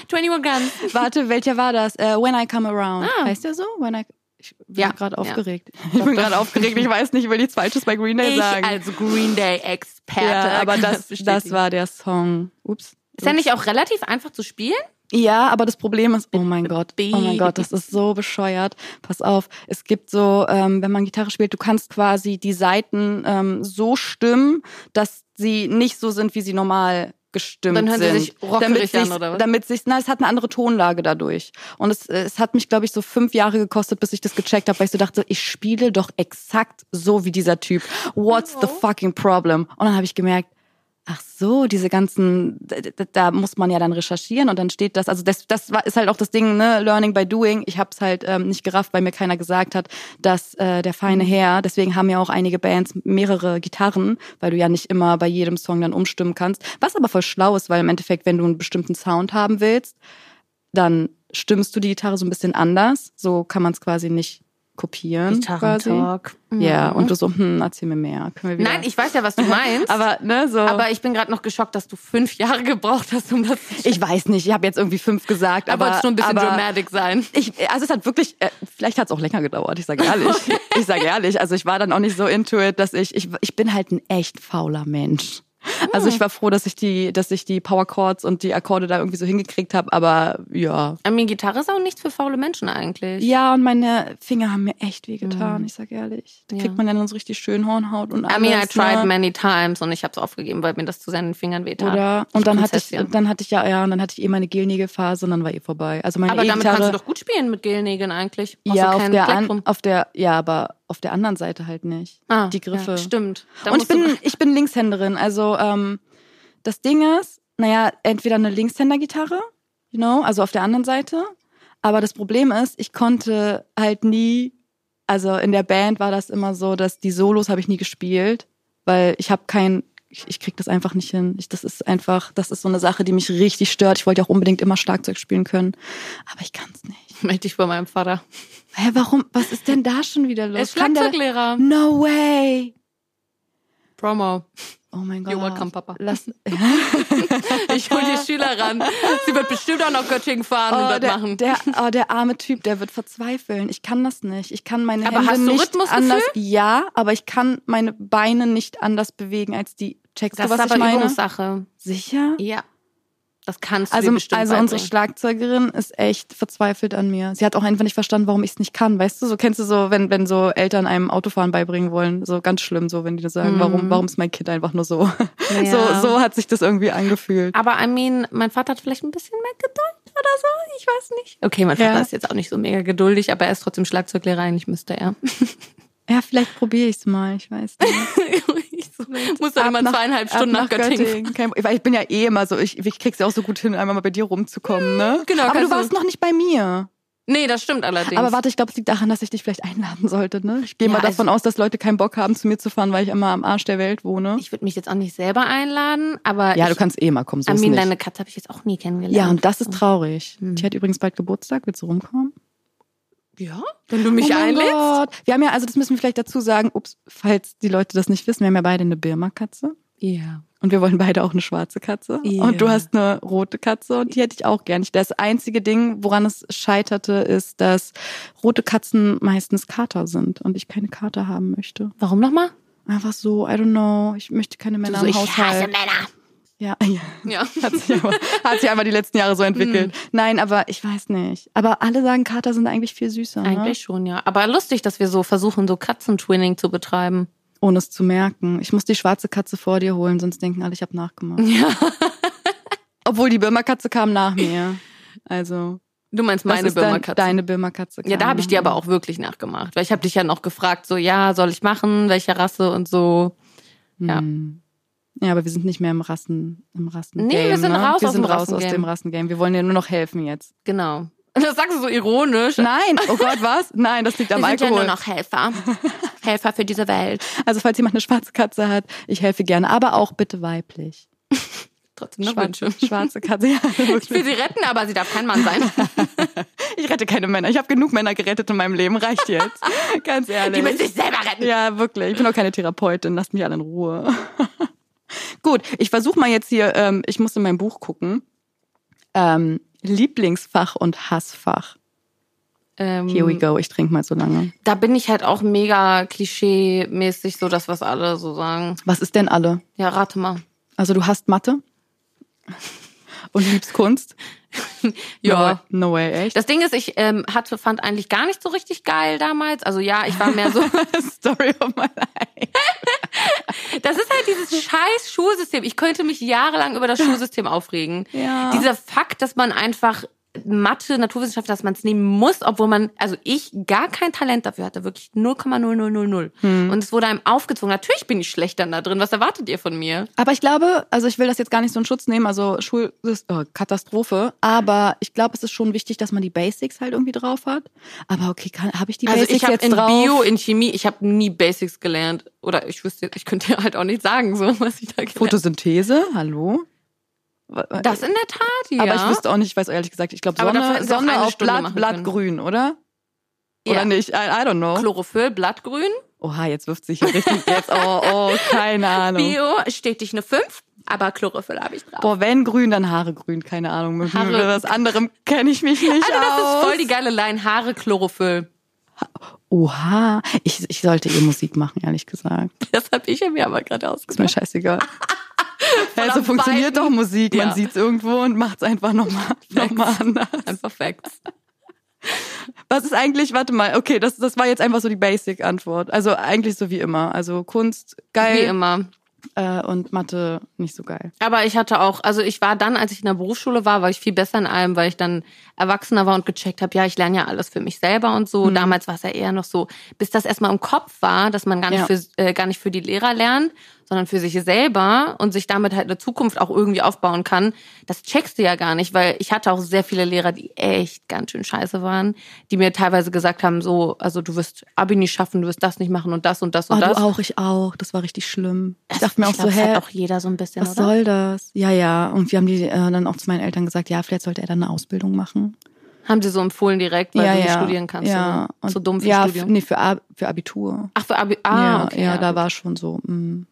S2: 21 Guns.
S1: Warte, welcher war das? Äh, When I Come Around.
S2: Ah.
S1: Heißt der so? When I. Ich bin
S2: Ja,
S1: gerade
S2: ja.
S1: aufgeregt. Ich bin gerade aufgeregt. Ich weiß nicht, ich will nichts Falsches bei Green Day
S2: Ich
S1: sagen.
S2: als Green Day-Experte.
S1: ja, aber
S2: kann
S1: das, das
S2: bestätigen.
S1: war der Song. Ups.
S2: Ist er nicht auch relativ einfach zu spielen?
S1: Ja, aber das Problem ist, oh mein Gott, oh mein Gott, das ist so bescheuert. Pass auf, es gibt so, ähm, wenn man Gitarre spielt, du kannst quasi die Saiten ähm, so stimmen, dass sie nicht so sind, wie sie normal gestimmt
S2: Dann hören sie
S1: sind.
S2: sich rockerig
S1: damit
S2: an,
S1: sich's-
S2: oder was?
S1: Damit sich, na, es hat eine andere Tonlage dadurch. Und es, äh, es hat mich, glaube ich, so fünf Jahre gekostet, bis ich das gecheckt habe, weil ich so dachte, ich spiele doch exakt so wie dieser Typ. What's the fucking problem? Und dann habe ich gemerkt, Ach so, diese ganzen, da, da- da muss man ja dann recherchieren und dann steht das, also das, das war- ist halt auch das Ding, ne, Learning by Doing. Ich habe es halt ähm, nicht gerafft, weil mir keiner gesagt hat, dass äh, der feine
S2: Mhm.
S1: Herr, deswegen haben ja auch einige Bands mehrere Gitarren, weil du ja nicht immer bei jedem Song dann umstimmen kannst. Was aber voll schlau ist, weil im Endeffekt, wenn du einen bestimmten Sound haben willst, dann stimmst du die Gitarre so ein bisschen anders. So kann man es quasi nicht
S2: Hm,
S1: kopieren. quasi.
S2: Gitarrentalk.
S1: Ja, und du so, hm, erzähl mir mehr. Können wir wieder.
S2: Mhm. Nein, ich weiß ja, was du meinst.
S1: aber, ne, so.
S2: aber ich bin gerade noch geschockt, dass du fünf Jahre gebraucht hast, um das zu
S1: Ich weiß nicht, ich habe jetzt irgendwie fünf gesagt, aber,
S2: Aber es nur ein bisschen
S1: aber
S2: dramatic sein.
S1: Ich, also es hat wirklich, äh, vielleicht hat es auch länger gedauert, ich sage ehrlich. Ich sage ehrlich, also ich war dann auch nicht so into it, dass ich, ich, ich bin halt ein echt fauler Mensch. Also ich war froh, dass ich die, dass ich die Power Chords und die Akkorde da irgendwie so hingekriegt habe, aber ja.
S2: Aber mir Gitarre ist auch nichts für faule Menschen eigentlich.
S1: Ja, und meine Finger haben mir echt wehgetan, ich sage ehrlich. Da
S2: Ja.
S1: kriegt man dann so richtig schön Hornhaut und alles.
S2: I mean, I tried
S1: ne?
S2: many times und ich habe es aufgegeben, weil mir das zu seinen Fingern wehtat.
S1: Oder? Und dann hatte ich,
S2: Prinzessin.
S1: dann hatte ich ja, ja, und dann hatte ich eh meine Gelnägelphase und dann war eh vorbei. Also meine
S2: Aber damit
S1: E-Gitarre-
S2: kannst du doch gut spielen mit Gelnägeln eigentlich. Brauchst
S1: Ja,
S2: du
S1: auf
S2: keinen
S1: der,
S2: Fleck
S1: an,
S2: drum.
S1: auf der, ja, aber auf der anderen Seite halt nicht.
S2: Ah,
S1: die Griffe.
S2: Ja, stimmt. Da
S1: Und ich
S2: musst du-
S1: bin, ich bin Linkshänderin. Also ähm, das Ding ist, naja, entweder eine Linkshändergitarre, you know, also auf der anderen Seite. Aber das Problem ist, ich konnte halt nie, also in der Band war das immer so, dass die Solos habe ich nie gespielt, weil ich habe kein, ich, ich krieg das einfach nicht hin. Ich, das ist einfach, das ist so eine Sache, die mich richtig stört. Ich wollte ja auch unbedingt immer Schlagzeug spielen können, aber ich kann es nicht.
S2: melde dich bei meinem Vater.
S1: Hä, warum? Was ist denn da schon wieder los?
S2: Er ist
S1: Äh, Kann der-
S2: Schlagzeuglehrer.
S1: No way!
S2: Promo.
S1: Oh mein Gott.
S2: You're welcome, Papa.
S1: Lass,
S2: Ich hol die Schüler ran. Sie wird bestimmt auch nach Göttingen fahren und
S1: oh,
S2: das
S1: der,
S2: machen.
S1: der, oh, der arme Typ, der wird verzweifeln. Ich kann das nicht. Ich kann meine
S2: Aber
S1: Hände
S2: hast du
S1: nicht
S2: Rhythmusgefühl?
S1: anders. Ja, aber ich kann meine Beine nicht anders bewegen als die. Checkst
S2: das
S1: du,
S2: ist
S1: was
S2: aber
S1: ich meine?
S2: Übungssache.
S1: Sicher?
S2: Ja. Das kannst du
S1: Also,
S2: dir bestimmt
S1: also unsere
S2: beibringen.
S1: Schlagzeugerin ist echt verzweifelt an mir. Sie hat auch einfach nicht verstanden, warum ich es nicht kann. Weißt du, so kennst du so, wenn, wenn so Eltern einem Autofahren beibringen wollen, so ganz schlimm, so wenn die das sagen,
S2: Mhm.
S1: warum, warum ist mein Kind einfach nur so?
S2: Ja.
S1: So, so hat sich das irgendwie angefühlt.
S2: Aber I mean, mein Vater hat vielleicht ein bisschen mehr Geduld oder so. Ich weiß nicht. Okay, mein Vater
S1: Ja.
S2: ist jetzt auch nicht so mega geduldig, aber er ist trotzdem Schlagzeuglehrer. Eigentlich müsste er.
S1: Ja, vielleicht probiere ich es mal, ich weiß nicht.
S2: ich so, muss dann immer zweieinhalb Stunden nach, Göttingen.
S1: Kein, weil ich bin ja eh immer so, ich, ich krieg's ja auch so gut hin, einmal mal bei dir rumzukommen, ne?
S2: genau,
S1: Aber du
S2: kannst du-
S1: warst noch nicht bei mir.
S2: Nee, das stimmt allerdings.
S1: Aber warte, ich glaube, es liegt daran, dass ich dich vielleicht einladen sollte, ne? Ich gehe
S2: Ja,
S1: mal davon aus, dass Leute keinen Bock haben, zu mir zu fahren, weil ich immer am Arsch der Welt wohne.
S2: ich würde mich jetzt auch nicht selber einladen, aber
S1: ja, du
S2: ich,
S1: kannst eh mal kommen, so ist
S2: Amin,
S1: nicht.
S2: deine Katze habe ich jetzt auch nie kennengelernt.
S1: ja, und das ist traurig.
S2: Hm.
S1: Die hat übrigens bald Geburtstag, willst du rumkommen?
S2: Ja, wenn du mich
S1: oh mein
S2: einlädst.
S1: Gott. Wir haben ja, also das müssen wir vielleicht dazu sagen, ups, falls die Leute das nicht wissen, wir haben ja beide eine Birma-Katze.
S2: Ja.
S1: Und wir wollen beide auch eine schwarze Katze.
S2: Ja.
S1: Und du hast eine rote Katze und die hätte ich auch gern. Das einzige Ding, woran es scheiterte, ist, dass rote Katzen meistens Kater sind und ich keine Kater haben möchte.
S2: Warum nochmal?
S1: Einfach so, I don't know, ich möchte keine Männer
S2: so,
S1: im
S2: ich hasse
S1: Haushalt.
S2: Männer.
S1: Ja, ja.
S2: Ja.
S1: Hat sich, aber, hat sich einmal die letzten Jahre so entwickelt.
S2: Hm.
S1: Nein, aber ich weiß nicht. Aber alle sagen, Kater sind eigentlich viel süßer. Ne?
S2: Eigentlich schon, ja. Aber lustig, dass wir so versuchen, so Katzentwinning zu betreiben.
S1: Ohne es zu merken. Ich muss die schwarze Katze vor dir holen, sonst denken alle, ich habe nachgemacht.
S2: Ja.
S1: Obwohl die Birma-Katze kam nach mir. Also.
S2: Du meinst
S1: Das
S2: meine
S1: ist dann
S2: Birma-Katze.
S1: Deine ne? Birma-Katze.
S2: Ja, da habe ich die aber auch wirklich nachgemacht. Weil ich habe dich ja noch gefragt, so, ja, soll ich machen, welche Rasse und so. ja.
S1: Hm. Ja, aber wir sind nicht mehr im Rassen, im Rassen.
S2: Nee, wir sind
S1: ne?
S2: raus
S1: wir
S2: aus
S1: sind
S2: dem
S1: raus aus
S2: Rassengame.
S1: dem Rassengame. Wir wollen dir nur noch helfen jetzt.
S2: Genau. Das sagst du so ironisch.
S1: Nein, oh Gott, was? Nein, das liegt am
S2: Wir sind ja
S1: Alkohol.
S2: nur noch Helfer. Helfer für diese Welt.
S1: also falls jemand eine schwarze Katze hat, ich helfe gerne, aber auch bitte weiblich.
S2: Trotzdem noch
S1: Schwarze,
S2: Wünsche.
S1: schwarze Katze. Ja,
S2: Ich will sie retten, aber sie darf kein Mann sein.
S1: ich rette keine Männer. Ich habe genug Männer gerettet in meinem Leben. Reicht jetzt. Ganz ehrlich.
S2: Die müssen sich selber retten.
S1: Ja, wirklich. Ich bin auch keine Therapeutin. Lasst mich alle in Ruhe. gut. Ich versuche mal jetzt hier, ähm, ich muss in mein Buch gucken. Ähm, Lieblingsfach und Hassfach.
S2: Ähm,
S1: Here we go, ich trinke mal so lange.
S2: Da bin ich halt auch mega klischee-mäßig, so das, was alle so sagen.
S1: Was ist denn alle?
S2: Ja, rate mal.
S1: Also du hast Mathe und liebst Kunst?
S2: Ja.
S1: No way, no way echt?
S2: Das Ding ist, ich ähm, hatte, fand eigentlich gar nicht so richtig geil damals. Also ja, ich war mehr so.
S1: Story of my life.
S2: Das ist halt dieses scheiß Schulsystem. Ich könnte mich jahrelang über das Schulsystem aufregen.
S1: Ja.
S2: Dieser Fakt, dass man einfach Mathe, Naturwissenschaft, dass man es nehmen muss, obwohl man, also ich gar kein Talent dafür hatte, wirklich 0,0000.
S1: Hm.
S2: Und es wurde einem aufgezwungen. Natürlich bin ich schlecht dann da drin. Was erwartet ihr von mir?
S1: Aber ich glaube, also ich will das jetzt gar nicht so in Schutz nehmen, also Schulkatastrophe, Katastrophe. aber ich glaube, es ist schon wichtig, dass man die Basics halt irgendwie drauf hat. Aber okay, habe ich die
S2: Also
S1: Basics
S2: ich habe
S1: jetzt
S2: in
S1: drauf?
S2: Bio, in Chemie, ich habe nie Basics gelernt. Oder ich wüsste, ich könnte halt auch nicht sagen, so was ich da gelernt habe.
S1: Photosynthese, hallo?
S2: Das in der Tat, ja.
S1: äh, Aber ich wüsste auch nicht, ich weiß ehrlich gesagt, ich glaube
S2: Aber dafür
S1: Sonne,
S2: hätten sie auch
S1: Sonne
S2: eine
S1: auf
S2: Stunde
S1: Blatt,
S2: machen
S1: Blattgrün, oder? Oder
S2: Ja.
S1: nicht? I, I don't know.
S2: Chlorophyll, Blattgrün.
S1: Oha, jetzt wirft sich hier richtig jetzt. Oh, oh, keine Ahnung.
S2: Bio steht dich eine 5, aber Chlorophyll habe ich drauf.
S1: Boah, wenn grün, dann Haare grün, keine Ahnung. Mit
S2: Haare-
S1: was anderem kenne ich mich nicht
S2: Alter, Also, das
S1: aus.
S2: ist voll die geile Line. Haare, Chlorophyll.
S1: Oha, ich, ich sollte eh Musik machen, ehrlich gesagt.
S2: Das habe ich mir aber gerade
S1: Ist mir
S2: ausgesucht.
S1: scheißegal. Ja, so
S2: am
S1: funktioniert
S2: Weiten.
S1: doch Musik. Man
S2: Ja.
S1: sieht's irgendwo und macht's einfach nochmal noch mal anders.
S2: Einfach Facts.
S1: Was ist eigentlich, warte mal, okay, das, das war jetzt einfach so die Basic-Antwort. Also eigentlich so wie immer. Also Kunst,
S2: Wie
S1: geil.
S2: immer.
S1: Äh, und Mathe, nicht so geil.
S2: Aber ich hatte auch, also ich war dann, als ich in der Berufsschule war, war ich viel besser in allem, weil ich dann erwachsener war und gecheckt habe, ja, ich lerne ja alles für mich selber und
S1: Mhm.
S2: so. Damals war es ja eher noch so, bis das erstmal im Kopf war, dass man gar nicht,
S1: Ja.
S2: für, äh, gar nicht für die Lehrer lernt, sondern für sich selber und sich damit halt eine Zukunft auch irgendwie aufbauen kann. Das checkst du ja gar nicht, weil ich hatte auch sehr viele Lehrer, die echt ganz schön scheiße waren, die mir teilweise gesagt haben, so, also du wirst Abi nicht schaffen, du wirst das nicht machen und das und das und
S1: Oh,
S2: das.
S1: du auch, ich auch. Das war richtig schlimm. Ich dachte mir auch so,
S2: glaub, das hat
S1: hä,
S2: halt auch jeder so ein bisschen,
S1: was
S2: oder?
S1: soll das? Ja, ja. Und wir haben die äh, dann auch zu meinen Eltern gesagt, ja, vielleicht sollte er dann eine Ausbildung machen.
S2: Haben sie so empfohlen direkt, weil
S1: ja,
S2: du nicht
S1: ja.
S2: studieren kannst.
S1: Ja.
S2: oder? so dumm für
S1: ja, f-
S2: Studium.
S1: Nee, für, Ab für Abitur.
S2: Ach, für Abi. Ah,
S1: ja,
S2: okay.
S1: ja, da
S2: gut.
S1: war schon so. mm. Mh.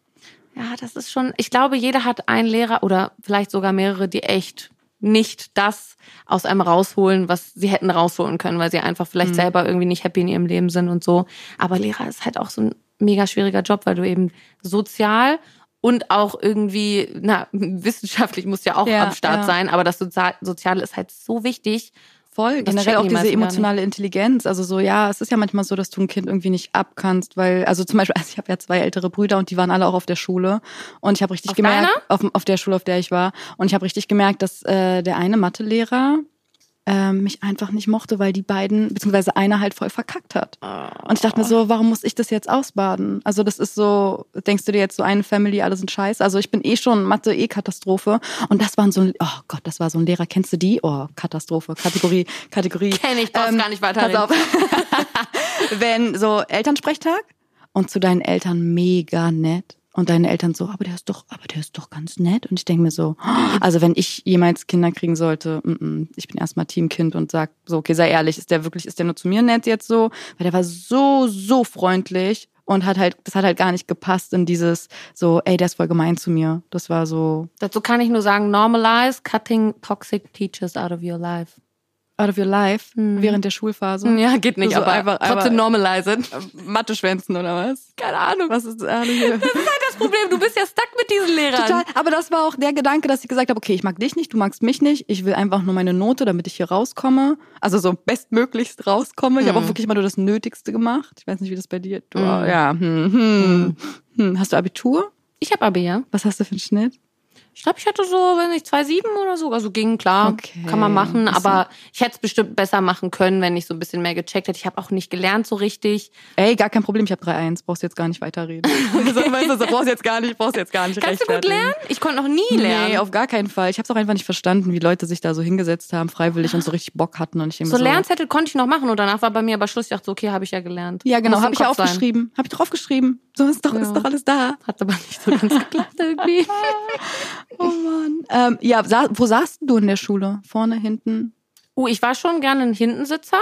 S2: ja, das ist schon. Ich glaube, jeder hat einen Lehrer oder vielleicht sogar mehrere, die echt nicht das aus einem rausholen, was sie hätten rausholen können, weil sie einfach vielleicht
S1: Mhm.
S2: selber irgendwie nicht happy in ihrem Leben sind und so. Aber Lehrer ist halt auch so ein mega schwieriger Job, weil du eben sozial und auch irgendwie, na, wissenschaftlich muss ja auch
S1: Ja,
S2: am Start
S1: ja.
S2: sein, aber das Sozial Soziale ist halt so wichtig.
S1: Voll,
S2: Das
S1: generell
S2: checken
S1: auch
S2: die
S1: diese
S2: meisten gar
S1: emotionale Intelligenz. Also so, ja, es ist ja manchmal so, dass du ein Kind irgendwie nicht abkannst, weil, also zum Beispiel, also ich habe ja zwei ältere Brüder und die waren alle auch auf der Schule. Und ich habe richtig
S2: Auf
S1: gemerkt,
S2: deiner?
S1: auf, auf der Schule, auf der ich war, und ich habe richtig gemerkt, dass äh, der eine Mathelehrer ähm, mich einfach nicht mochte, weil die beiden, beziehungsweise einer halt voll verkackt hat. Und ich dachte mir so, warum muss ich das jetzt ausbaden? Also das ist so, denkst du dir jetzt so eine Family, alle sind scheiße? Also ich bin eh schon Mathe, eh Katastrophe. Und das waren so ein, oh Gott, das war so ein Lehrer. Kennst du die? Oh, Katastrophe, Kategorie, Kategorie.
S2: Kenn ich, brauchst gar nicht weiterreden.
S1: Ähm, Pass auf. Wenn so Elternsprechtag und zu deinen Eltern mega nett. Und deine Eltern so, aber der ist doch, aber der ist doch ganz nett. Und ich denke mir so, oh, also wenn ich jemals Kinder kriegen sollte, mm, mm, ich bin erstmal Teamkind und sag so, okay, sei ehrlich, ist der wirklich, ist der nur zu mir nett jetzt so? Weil der war so, so freundlich und hat halt, das hat halt gar nicht gepasst in dieses so, ey, der ist voll gemein zu mir. Das war so
S2: Dazu kann ich nur sagen, normalize cutting toxic teachers out of your life.
S1: out of your life
S2: Mhm.
S1: während der Schulphase.
S2: Ja, geht nicht,
S1: So
S2: aber
S1: einfach-
S2: einfach, äh, trotzdem
S1: aber-
S2: normalize it.
S1: Mathe-Schwänzen oder was?
S2: Keine Ahnung.
S1: Was ist alle hier?
S2: Das ist halt das Problem, du bist ja stuck mit diesen Lehrern.
S1: Total. Aber das war auch der Gedanke, dass ich gesagt habe, okay, ich mag dich nicht, du magst mich nicht, ich will einfach nur meine Note, damit ich hier rauskomme. Also so bestmöglichst rauskomme. Ich habe
S2: Mhm.
S1: auch wirklich mal nur das Nötigste gemacht. Ich weiß nicht, wie das bei dir. Du, Ja. Hm,
S2: Mhm.
S1: hm, hm. Hast du Abitur?
S2: Ich habe aber ja.
S1: Was hast du für einen Schnitt?
S2: Ich glaube, ich hatte so, wenn nicht, 2,7 oder so. Also ging klar.
S1: Okay.
S2: Kann man machen.
S1: Ist
S2: Aber ich hätte es bestimmt besser machen können, wenn ich so ein bisschen mehr gecheckt hätte. Ich habe auch nicht gelernt so richtig.
S1: Ey, gar kein Problem, ich habe 3-1, brauchst jetzt gar nicht weiterreden. so, weißt du, so, brauchst jetzt gar nicht, brauchst jetzt gar nicht
S2: Kannst du gut
S1: rechtfertigen.
S2: lernen? Ich konnte noch nie lernen.
S1: Nee, auf gar keinen Fall. Ich habe es auch einfach nicht verstanden, wie Leute sich da so hingesetzt haben, freiwillig und so richtig Bock hatten. Und ich denke
S2: so
S1: mir so
S2: Lernzettel konnte ich noch machen und danach war bei mir aber Schluss. Ich dachte so, okay, habe ich ja gelernt.
S1: Ja, genau,
S2: Muss
S1: habe
S2: im
S1: ich ja
S2: Kopf sein.
S1: aufgeschrieben. Habe ich draufgeschrieben. So ist doch, ist doch alles da.
S2: Hat aber nicht so ganz geklappt irgendwie.
S1: Oh Mann. Ähm, ja, sa wo saßt du in der Schule? Vorne, hinten?
S2: Oh, ich war schon gerne ein Hintensitzer.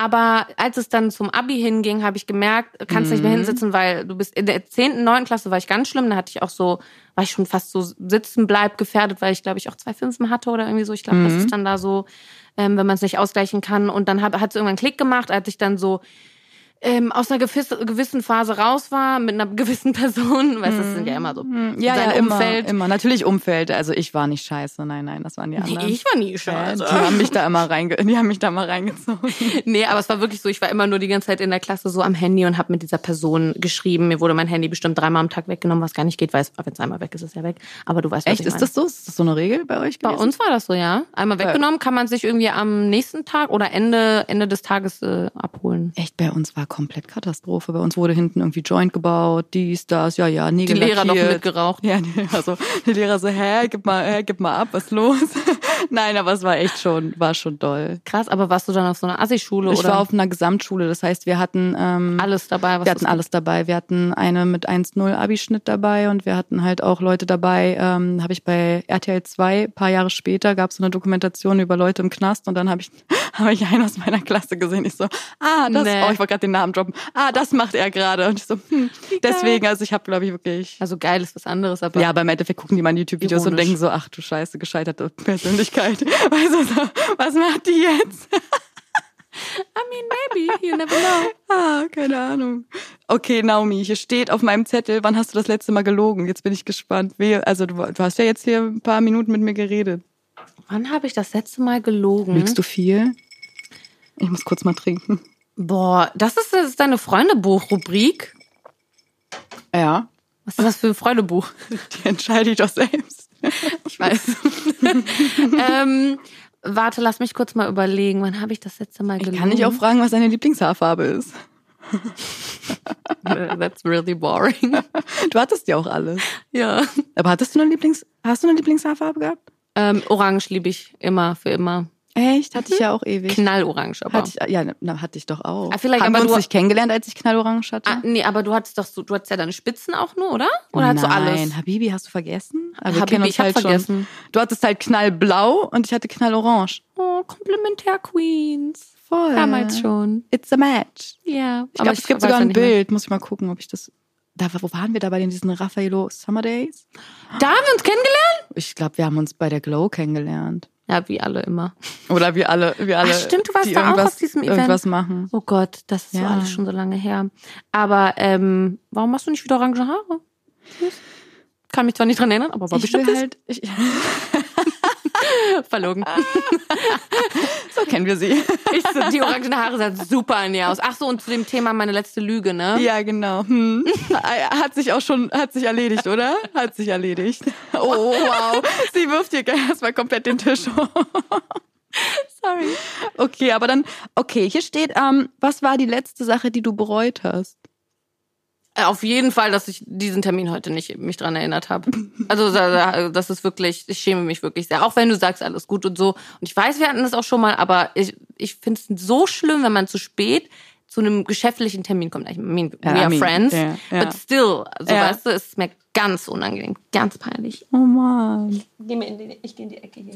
S2: Aber als es dann zum Abi hinging, habe ich gemerkt, kannst
S1: Mhm.
S2: nicht mehr hinsitzen, weil du bist in der 10., 9. Klasse war ich ganz schlimm. Da hatte ich auch so, war ich schon fast so sitzen bleib gefährdet, weil ich glaube ich auch zwei Fünfen hatte oder irgendwie so. Ich glaube, das
S1: Mhm.
S2: ist dann da so, ähm, wenn man es nicht ausgleichen kann. Und dann hat es irgendwann einen Klick gemacht, als ich dann so ähm, aus einer gewiss, gewissen Phase raus war, mit einer gewissen Person, weißt du, das sind ja immer so
S1: Mhm. Hm, Ja,
S2: sein
S1: ja, immer,
S2: Umfeld.
S1: immer. Natürlich Umfeld. Also ich war nicht scheiße. Nein, nein, das waren die anderen.
S2: Nee, ich war nie
S1: Äh,
S2: scheiße.
S1: Die haben mich da immer reinge die haben mich da mal reingezogen.
S2: Nee, aber es war wirklich so, ich war immer nur die ganze Zeit in der Klasse so am Handy und habe mit dieser Person geschrieben. Mir wurde mein Handy bestimmt dreimal am Tag weggenommen, was gar nicht geht, weil es- wenn es einmal weg ist, ist es ja weg. Aber du weißt, was
S1: Echt?
S2: ich
S1: Ist
S2: meine.
S1: das so? Ist das so eine Regel bei euch?
S2: Bei
S1: gewesen?
S2: uns war das so, ja. Einmal weggenommen, kann man sich irgendwie am nächsten Tag oder Ende, Ende des Tages äh, abholen.
S1: Echt, bei uns war komplett Katastrophe. Bei uns wurde hinten irgendwie Joint gebaut, dies, das, ja, ja, Nägel
S2: Die Lehrer doch
S1: lackiert.
S2: mitgeraucht.
S1: Ja, die Lehrer so, die Lehrer so, hä, gib mal, hä, gib mal ab, was ist los? Nein, aber es war echt schon, war schon doll.
S2: Krass, aber warst du dann auf so einer Assi-Schule
S1: Ich
S2: oder
S1: war auf einer Gesamtschule, das heißt, wir hatten, ähm,
S2: alles dabei? Was
S1: wir hatten
S2: das-
S1: alles dabei. Wir hatten eine mit 1-0 Abischnitt dabei und wir hatten halt auch Leute dabei, ähm, habe ich bei RTL 2, ein paar Jahre später, gab es so eine Dokumentation über Leute im Knast und dann habe ich, hab ich einen aus meiner Klasse gesehen. Ich so, ah, das,
S2: Nee.
S1: oh, ich wollte gerade den Namen droppen. Ah, das macht er gerade. Und ich so, hm, deswegen, also ich habe, glaube ich, wirklich...
S2: Also geil ist was anderes, aber
S1: Ja, aber im Endeffekt gucken die meine YouTube-Videos und
S2: Ironisch.
S1: denken so, ach du scheiße, gescheiterte Persönlichkeit. Weißt du, so, was macht die jetzt?
S2: I mean, maybe, you never know.
S1: Ah, keine Ahnung. Okay, Naomi, hier steht auf meinem Zettel, wann hast du das letzte Mal gelogen? Jetzt bin ich gespannt. Wehe, also du, du hast ja jetzt hier ein paar Minuten mit mir geredet.
S2: Wann habe ich das letzte Mal gelogen?
S1: du viel? Ich muss kurz mal trinken.
S2: Boah, das ist, das ist deine Freundebuch-Rubrik.
S1: Ja,
S2: Was ist das für ein Freundebuch?
S1: die entscheide ich doch selbst.
S2: Ich weiß. ähm, warte, lass mich kurz mal überlegen. Wann habe ich das letzte Mal gelogen?
S1: Kann ich auch fragen, was deine Lieblingshaarfarbe ist? äh,
S2: That's really boring.
S1: Du hattest ja auch alles.
S2: ja.
S1: Aber hattest du eine Lieblings hast du eine Lieblingshaarfarbe gehabt?
S2: Ähm, orange liebe ich immer, für immer.
S1: Echt, hatte ich ja auch ewig.
S2: Knallorange aber.
S1: Hatte ich, ja, ne, na, hatte ich doch auch.
S2: Mhm. Ah, vielleicht,
S1: Haben
S2: aber
S1: wir uns
S2: du-
S1: nicht kennengelernt, als ich knallorange hatte?
S2: Ah, nee, aber du hattest doch so, du hattest ja deine Spitzen auch nur, oder? Oder hattest du alles?
S1: Oh Nein, Habibi, hast du vergessen? Ah, Aber
S2: Habibi, ich hab vergessen.
S1: halt Schon. Du hattest halt knallblau und ich hatte knallorange.
S2: Oh, Komplementär Queens.
S1: Voll.
S2: Damals schon.
S1: It's a match.
S2: Ja.
S1: Äh. Ich glaube, es gibt sogar
S2: weiß ja
S1: ein
S2: nicht mehr.
S1: Bild. Muss ich mal gucken, ob ich das... Da, war- wo waren wir da bei den, diesen Raffaello Summer Days?
S2: Da haben wir uns kennengelernt?
S1: Ich glaube, wir haben uns bei der Glow kennengelernt.
S2: Ja, wie alle immer.
S1: Oder wir alle, wir alle,
S2: stimmt, du warst
S1: die
S2: da auch auf
S1: irgendwas,
S2: diesem Event.
S1: irgendwas machen.
S2: Oh Gott, das ist so
S1: Ja.
S2: alles schon so lange her. Aber ähm, warum hast du nicht wieder orange Haare? Kann mich zwar nicht dran erinnern, aber war
S1: ich will
S2: bestimmt
S1: halt, ich,
S2: verlogen.
S1: Ah. so kennen wir sie.
S2: Ich, so, die orangen Haare sahen super an dir aus. Ach so, und zu dem Thema meine letzte Lüge, ne?
S1: Ja, genau. Hm. Hat sich auch schon, hat sich erledigt, oder? Hat sich erledigt. Oh, wow. Sie wirft hier erstmal komplett den Tisch um.
S2: Sorry.
S1: Okay, aber dann, okay, hier steht, ähm, was war die letzte Sache, die du bereut hast?
S2: Äh, Auf jeden Fall, dass ich diesen Termin heute nicht mich dran erinnert habe. Also da- da- das ist wirklich, ich schäme mich wirklich sehr. Auch wenn du sagst, alles gut und so. Und ich weiß, wir hatten das auch schon mal, aber ich, ich finde es so schlimm, wenn man zu spät zu einem geschäftlichen Termin kommt. I mean, we
S1: Ja,
S2: are
S1: I mean,
S2: friends,
S1: ja, ja.
S2: but still, also
S1: Ja.
S2: weißt du, es ist mir ganz unangenehm, ganz peinlich.
S1: Oh Mann.
S2: Geh mir in die, ich gehe in die Ecke hier.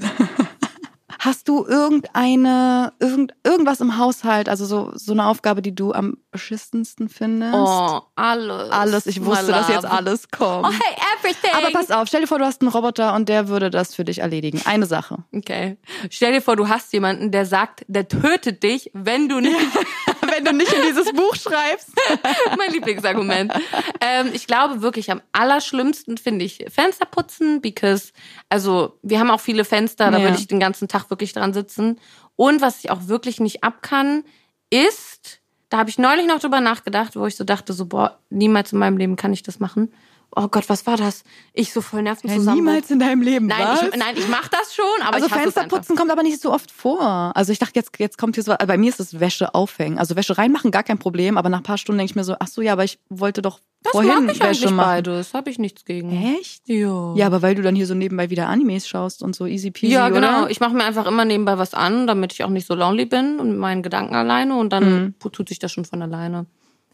S1: Hast du irgendeine, irgend, irgendwas im Haushalt, also so, so eine Aufgabe, die du am beschissensten findest?
S2: Oh, alles.
S1: alles, ich
S2: my
S1: wusste, dass jetzt
S2: love.
S1: alles kommt.
S2: Oh, hey, everything.
S1: aber pass auf, stell dir vor, du hast einen Roboter und der würde das für dich erledigen. Eine Sache.
S2: Okay. Stell dir vor, du hast jemanden, der sagt, der tötet dich, wenn du nicht
S1: Wenn du nicht in dieses Buch schreibst.
S2: mein Lieblingsargument. ähm, ich glaube wirklich, am allerschlimmsten finde ich Fenster putzen, because, also wir haben auch viele Fenster, da
S1: Ja.
S2: würde ich den ganzen Tag wirklich dran sitzen. Und was ich auch wirklich nicht ab kann, ist, da habe ich neulich noch drüber nachgedacht, wo ich so dachte, so, boah, niemals in meinem Leben kann ich das machen. Oh Gott, was war das? Ich so voll Nerven
S1: Ja,
S2: zusammen.
S1: niemals in deinem Leben,
S2: Nein,
S1: was?
S2: ich, nein, ich mach das schon, aber
S1: also
S2: ich hasse es einfach.
S1: Fensterputzen kommt aber nicht so oft vor. Also ich dachte, jetzt, jetzt kommt hier so, bei mir ist es Wäsche aufhängen. Also Wäsche reinmachen, gar kein Problem, aber nach ein paar Stunden denke ich mir so, ach so, ja, aber ich wollte doch
S2: Das
S1: vorhin
S2: mag ich
S1: Wäsche
S2: eigentlich
S1: machen.
S2: beides, habe ich nichts gegen.
S1: Echt?
S2: Ja.
S1: Ja, aber weil du dann hier so nebenbei wieder Animes schaust und so easy peasy,
S2: Ja, genau.
S1: oder?
S2: Ich mache mir einfach immer nebenbei was an, damit ich auch nicht so lonely bin und mit meinen Gedanken alleine und
S1: Mhm.
S2: dann tut sich das schon von alleine.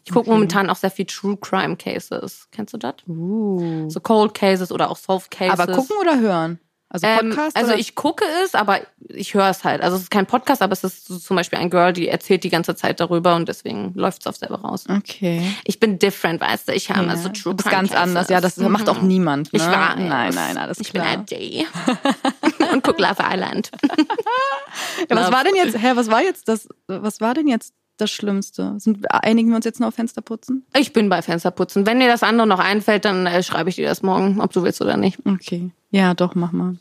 S2: Ich gucke momentan auch sehr viel True Crime Cases. Kennst du das?
S1: Uh.
S2: So Cold Cases oder auch Solved Cases.
S1: Aber gucken oder hören? Also
S2: Ähm,
S1: Podcast?
S2: also
S1: oder?
S2: ich gucke es, aber ich höre es halt. Also es ist kein Podcast, aber es ist so zum Beispiel ein Girl, die erzählt die ganze Zeit darüber und deswegen läuft es auf selber raus.
S1: Okay.
S2: Ich bin different, weißt du. Ich habe
S1: Ja,
S2: also True
S1: das ist
S2: Crime
S1: ganz
S2: Cases.
S1: anders. Ja, das macht auch
S2: Mhm.
S1: niemand. Ne?
S2: Ich war.
S1: Nein, nein, alles
S2: ich
S1: klar.
S2: Ich bin a G. und guck Love Island.
S1: Ja, was
S2: Love.
S1: war denn jetzt, hä, was war jetzt das, was war denn jetzt das Schlimmste? Sind, einigen wir uns jetzt nur auf Fensterputzen?
S2: Ich bin bei Fensterputzen. Wenn dir das andere noch einfällt, dann äh, schreibe ich dir das morgen, ob du willst oder nicht.
S1: Okay. Ja, doch, mach mal.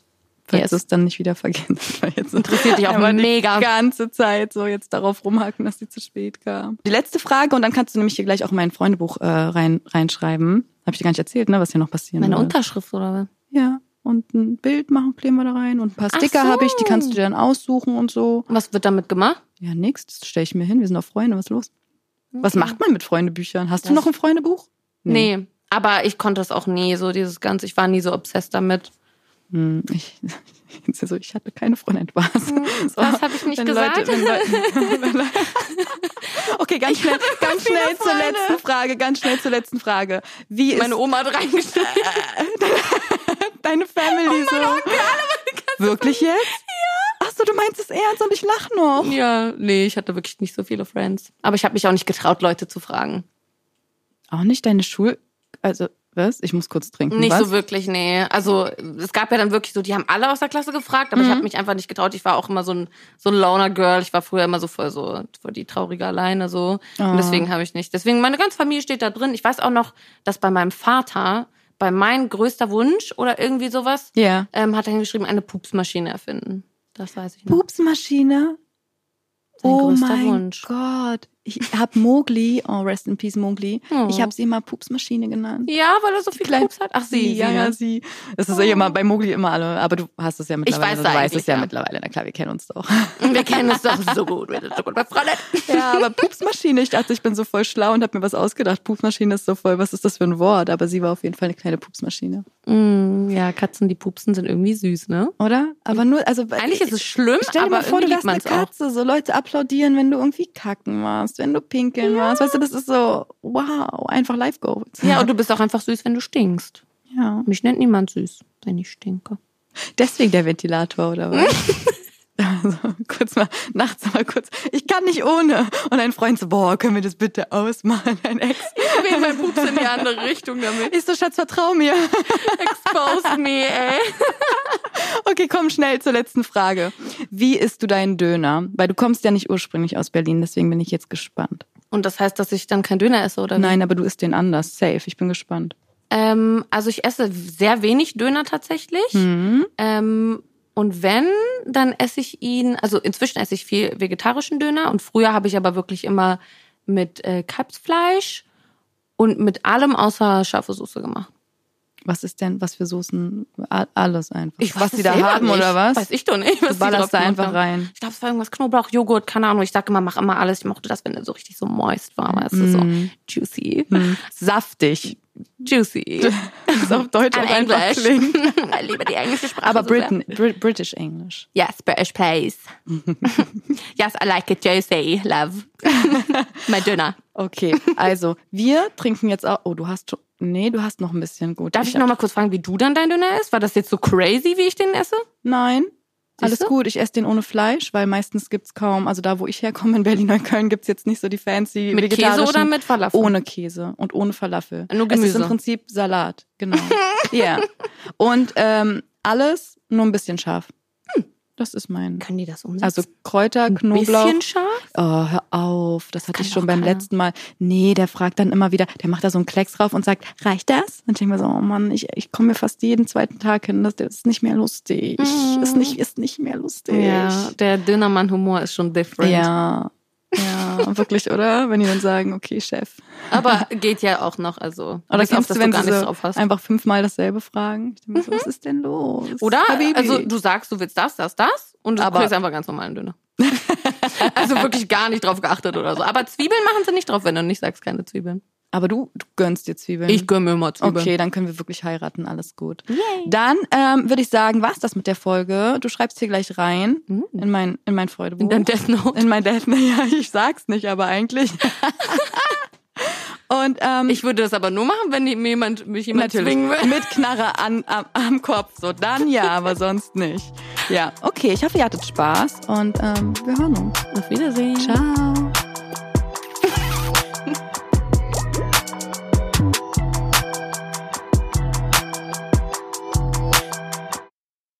S1: Falls
S2: Yes.
S1: du es dann nicht wieder vergessen. weil jetzt
S2: Interessiert dich auch
S1: einfach
S2: mega.
S1: Die ganze Zeit so jetzt darauf rumhacken, dass sie zu spät kam. Die letzte Frage und dann kannst du nämlich hier gleich auch in mein Freundebuch äh, rein, reinschreiben. Habe ich dir gar nicht erzählt, ne, was hier noch passieren
S2: Meine
S1: wird.
S2: Unterschrift oder was?
S1: Ja. Und ein Bild machen, kleben wir da rein. Und ein paar
S2: Ach
S1: Sticker
S2: so.
S1: habe ich, die kannst du dir dann aussuchen und so.
S2: Was wird damit gemacht?
S1: Ja, nix, das stelle ich mir hin. Wir sind doch Freunde, was ist los? Was macht man mit Freundebüchern? Hast du
S2: Das-
S1: noch ein Freundebuch?
S2: Hm. Nee. Aber ich konnte das auch nie, so dieses Ganze. Ich war nie so obsessed damit.
S1: Hm, ich, jetzt so, ich hatte keine Freundin, was? So,
S2: Hm, Das habe ich nicht
S1: wenn
S2: gesagt.
S1: Leute- wenn Leute- wenn Leute- okay, ganz schnell, ganz schnell zur
S2: Freunde.
S1: letzten Frage, ganz schnell zur letzten Frage. Wie ist
S2: Meine Oma hat reingeschrieben.
S1: deine Family so? Wirklich jetzt? Ja. Achso, du meinst es ernst und ich lach noch.
S2: Ja, nee, ich hatte wirklich nicht so viele Friends. Aber ich habe mich auch nicht getraut, Leute zu fragen.
S1: Auch nicht deine Schul... Also, was? Ich muss kurz trinken.
S2: Nicht
S1: was?
S2: so wirklich, nee. Also es gab ja dann wirklich so, die haben alle aus der Klasse gefragt, aber ich
S1: Mhm.
S2: habe mich einfach nicht getraut. Ich war auch immer so ein so ein Loner Girl. Ich war früher immer so voll so voll die traurige alleine so.
S1: Ah.
S2: Und deswegen habe ich nicht. Deswegen meine ganze Familie steht da drin. Ich weiß auch noch, dass bei meinem Vater bei mein größter Wunsch oder irgendwie sowas
S1: Ja.
S2: ähm, hat er hingeschrieben, eine Pupsmaschine erfinden. Das weiß ich noch.
S1: Pupsmaschine.
S2: Sein
S1: oh
S2: größter
S1: mein
S2: Wunsch.
S1: Gott. Ich hab Mowgli, oh rest in peace Mowgli,
S2: Oh.
S1: ich habe sie immer Pupsmaschine genannt.
S2: Ja, weil er so viel
S1: kleine-
S2: Pups hat. Ach sie,
S1: ja,
S2: sie.
S1: ja, Oh. sie. Es ist ja immer bei Mowgli immer alle, aber du hast es ja mittlerweile.
S2: weiß
S1: du
S2: da
S1: weißt
S2: eigentlich,
S1: es ja,
S2: ja.
S1: mittlerweile. Na klar, wir kennen uns doch.
S2: Wir kennen es doch so gut. Wir sind so gut bei Fräulein.
S1: ja, aber Pupsmaschine, ich dachte, ich bin so voll schlau und habe mir was ausgedacht. Pupsmaschine ist so voll, was ist das für ein Wort? Aber sie war auf jeden Fall eine kleine Pupsmaschine.
S2: Mm, ja, Katzen, die pupsen, sind irgendwie süß, ne?
S1: Oder? Aber nur, also.
S2: Eigentlich ist es schlimm,
S1: Stell dir
S2: aber
S1: mal vor, du
S2: irgendwie liebt
S1: wärst eine
S2: man's auch.
S1: Katze, so Leute applaudieren, wenn du irgendwie kacken warst, wenn du pinkeln warst. Weißt du, das ist so, wow, einfach Life Goals.
S2: Ja, und du bist auch einfach süß, wenn du stinkst.
S1: ja.
S2: Mich nennt niemand süß, wenn ich stinke.
S1: Deswegen der Ventilator, oder was? Also, kurz mal, nachts mal kurz, ich kann nicht ohne. Und ein Freund so, boah, können wir das bitte ausmachen? Ein Ex.
S2: Ich will mein Pups in die andere Richtung damit.
S1: Ich so, Schatz, vertrau mir.
S2: Expose me, ey.
S1: Okay, komm schnell zur letzten Frage. Wie isst du deinen Döner? Weil du kommst ja nicht ursprünglich aus Berlin, deswegen bin ich jetzt gespannt.
S2: Und das heißt, dass ich dann kein Döner esse, oder? wie?
S1: Nein, aber du isst den anders. Safe, ich bin gespannt.
S2: Ähm, also ich esse sehr wenig Döner tatsächlich. Ähm, und wenn, dann esse ich ihn, also inzwischen esse ich viel vegetarischen Döner und früher habe ich aber wirklich immer mit äh, Kalbsfleisch und mit allem außer scharfe Soße gemacht.
S1: Was ist denn, was für Soßen? A- Alles einfach.
S2: Ich
S1: was
S2: weiß
S1: die
S2: es
S1: da
S2: selber
S1: haben
S2: nicht.
S1: oder was?
S2: Weiß ich doch nicht, was
S1: du
S2: die
S1: ballerst
S2: drauf
S1: da
S2: gemacht
S1: einfach
S2: haben.
S1: rein.
S2: Ich glaube, es war irgendwas Knoblauch, Joghurt, keine Ahnung. Ich sag immer, mach immer alles. Ich mochte das, wenn er so richtig so moist war, weißt du, so
S1: Mm.
S2: juicy.
S1: Saftig.
S2: Juicy.
S1: Das ist auf Deutsch auch
S2: An
S1: einfach
S2: Englisch.
S1: klingt.
S2: ich liebe die englische Sprache.
S1: Aber
S2: so Also sehr.
S1: Britain, Brit British English.
S2: Yes, British place. yes, I like it, juicy, love. mein Döner.
S1: Okay, also wir trinken jetzt auch. Oh, du hast schon. Nee, du hast noch ein bisschen gut.
S2: Darf ich,
S1: hab-
S2: noch mal kurz fragen, wie du dann dein Döner isst? War das jetzt so crazy, wie ich den esse?
S1: Nein. Alles
S2: du?
S1: gut, ich esse den ohne Fleisch, weil meistens gibt's kaum, also da wo ich herkomme in Berlin Neukölln gibt's jetzt nicht so die fancy
S2: Mit Käse
S1: vegetarischen.
S2: oder mit Falafel?
S1: Ohne Käse und ohne Falafel.
S2: Nur
S1: Es ist
S2: Gemüse.
S1: im Prinzip Salat, genau. Ja. Und ähm, alles nur ein bisschen scharf. Hm, Das ist mein.
S2: Können die das umsetzen?
S1: Also Kräuter, Knoblauch.
S2: bisschen scharf?
S1: Oh, hör auf, das hatte
S2: kann
S1: ich schon
S2: doch
S1: beim
S2: keiner.
S1: letzten Mal. Nee, der fragt dann immer wieder, der macht da so einen Klecks drauf und sagt, reicht das? Und ich denke mir so, oh Mann, ich, ich komme mir fast jeden zweiten Tag hin, das, das ist nicht mehr lustig.
S2: Mm.
S1: Ist, nicht, ist nicht mehr lustig.
S2: Ja, der Dönermann-Humor ist schon different.
S1: ja. Ja, wirklich, oder? Wenn die dann sagen, okay, Chef.
S2: Aber geht ja auch noch, also.
S1: Oder
S2: bis auf,
S1: kennst
S2: dass
S1: du, wenn
S2: du gar
S1: sie
S2: nichts
S1: so
S2: drauf hast.
S1: einfach fünfmal dasselbe fragen? Ich denke mir so, was ist denn los?
S2: Mhm. Oder?
S1: Habibi.
S2: Also du sagst, du willst das, das, das und du
S1: Aber-
S2: kriegst einfach ganz normalen Döner. also wirklich gar nicht drauf geachtet oder so. Aber Zwiebeln machen sie nicht drauf, wenn du nicht sagst, keine Zwiebeln.
S1: Aber du, du gönnst dir Zwiebeln.
S2: Ich gönn mir immer Zwiebeln.
S1: Mhm. Okay, dann können wir wirklich heiraten, alles gut. Dann ähm, würde ich sagen, war's das mit der Folge. Du schreibst hier gleich rein
S2: Mm.
S1: in mein in mein Freudebuch.
S2: In deinem Death Note.
S1: in mein Death. Ja, ich sag's nicht, aber eigentlich. Und ähm,
S2: Ich würde das aber nur machen, wenn die- mir jemand, mich jemand
S1: natürlich
S2: zwingen will.
S1: mit Knarre an, am, am Kopf. So, dann ja, aber sonst nicht. Ja, okay, ich hoffe, ihr hattet Spaß und ähm, wir hören uns.
S2: Auf Wiedersehen.
S1: Ciao.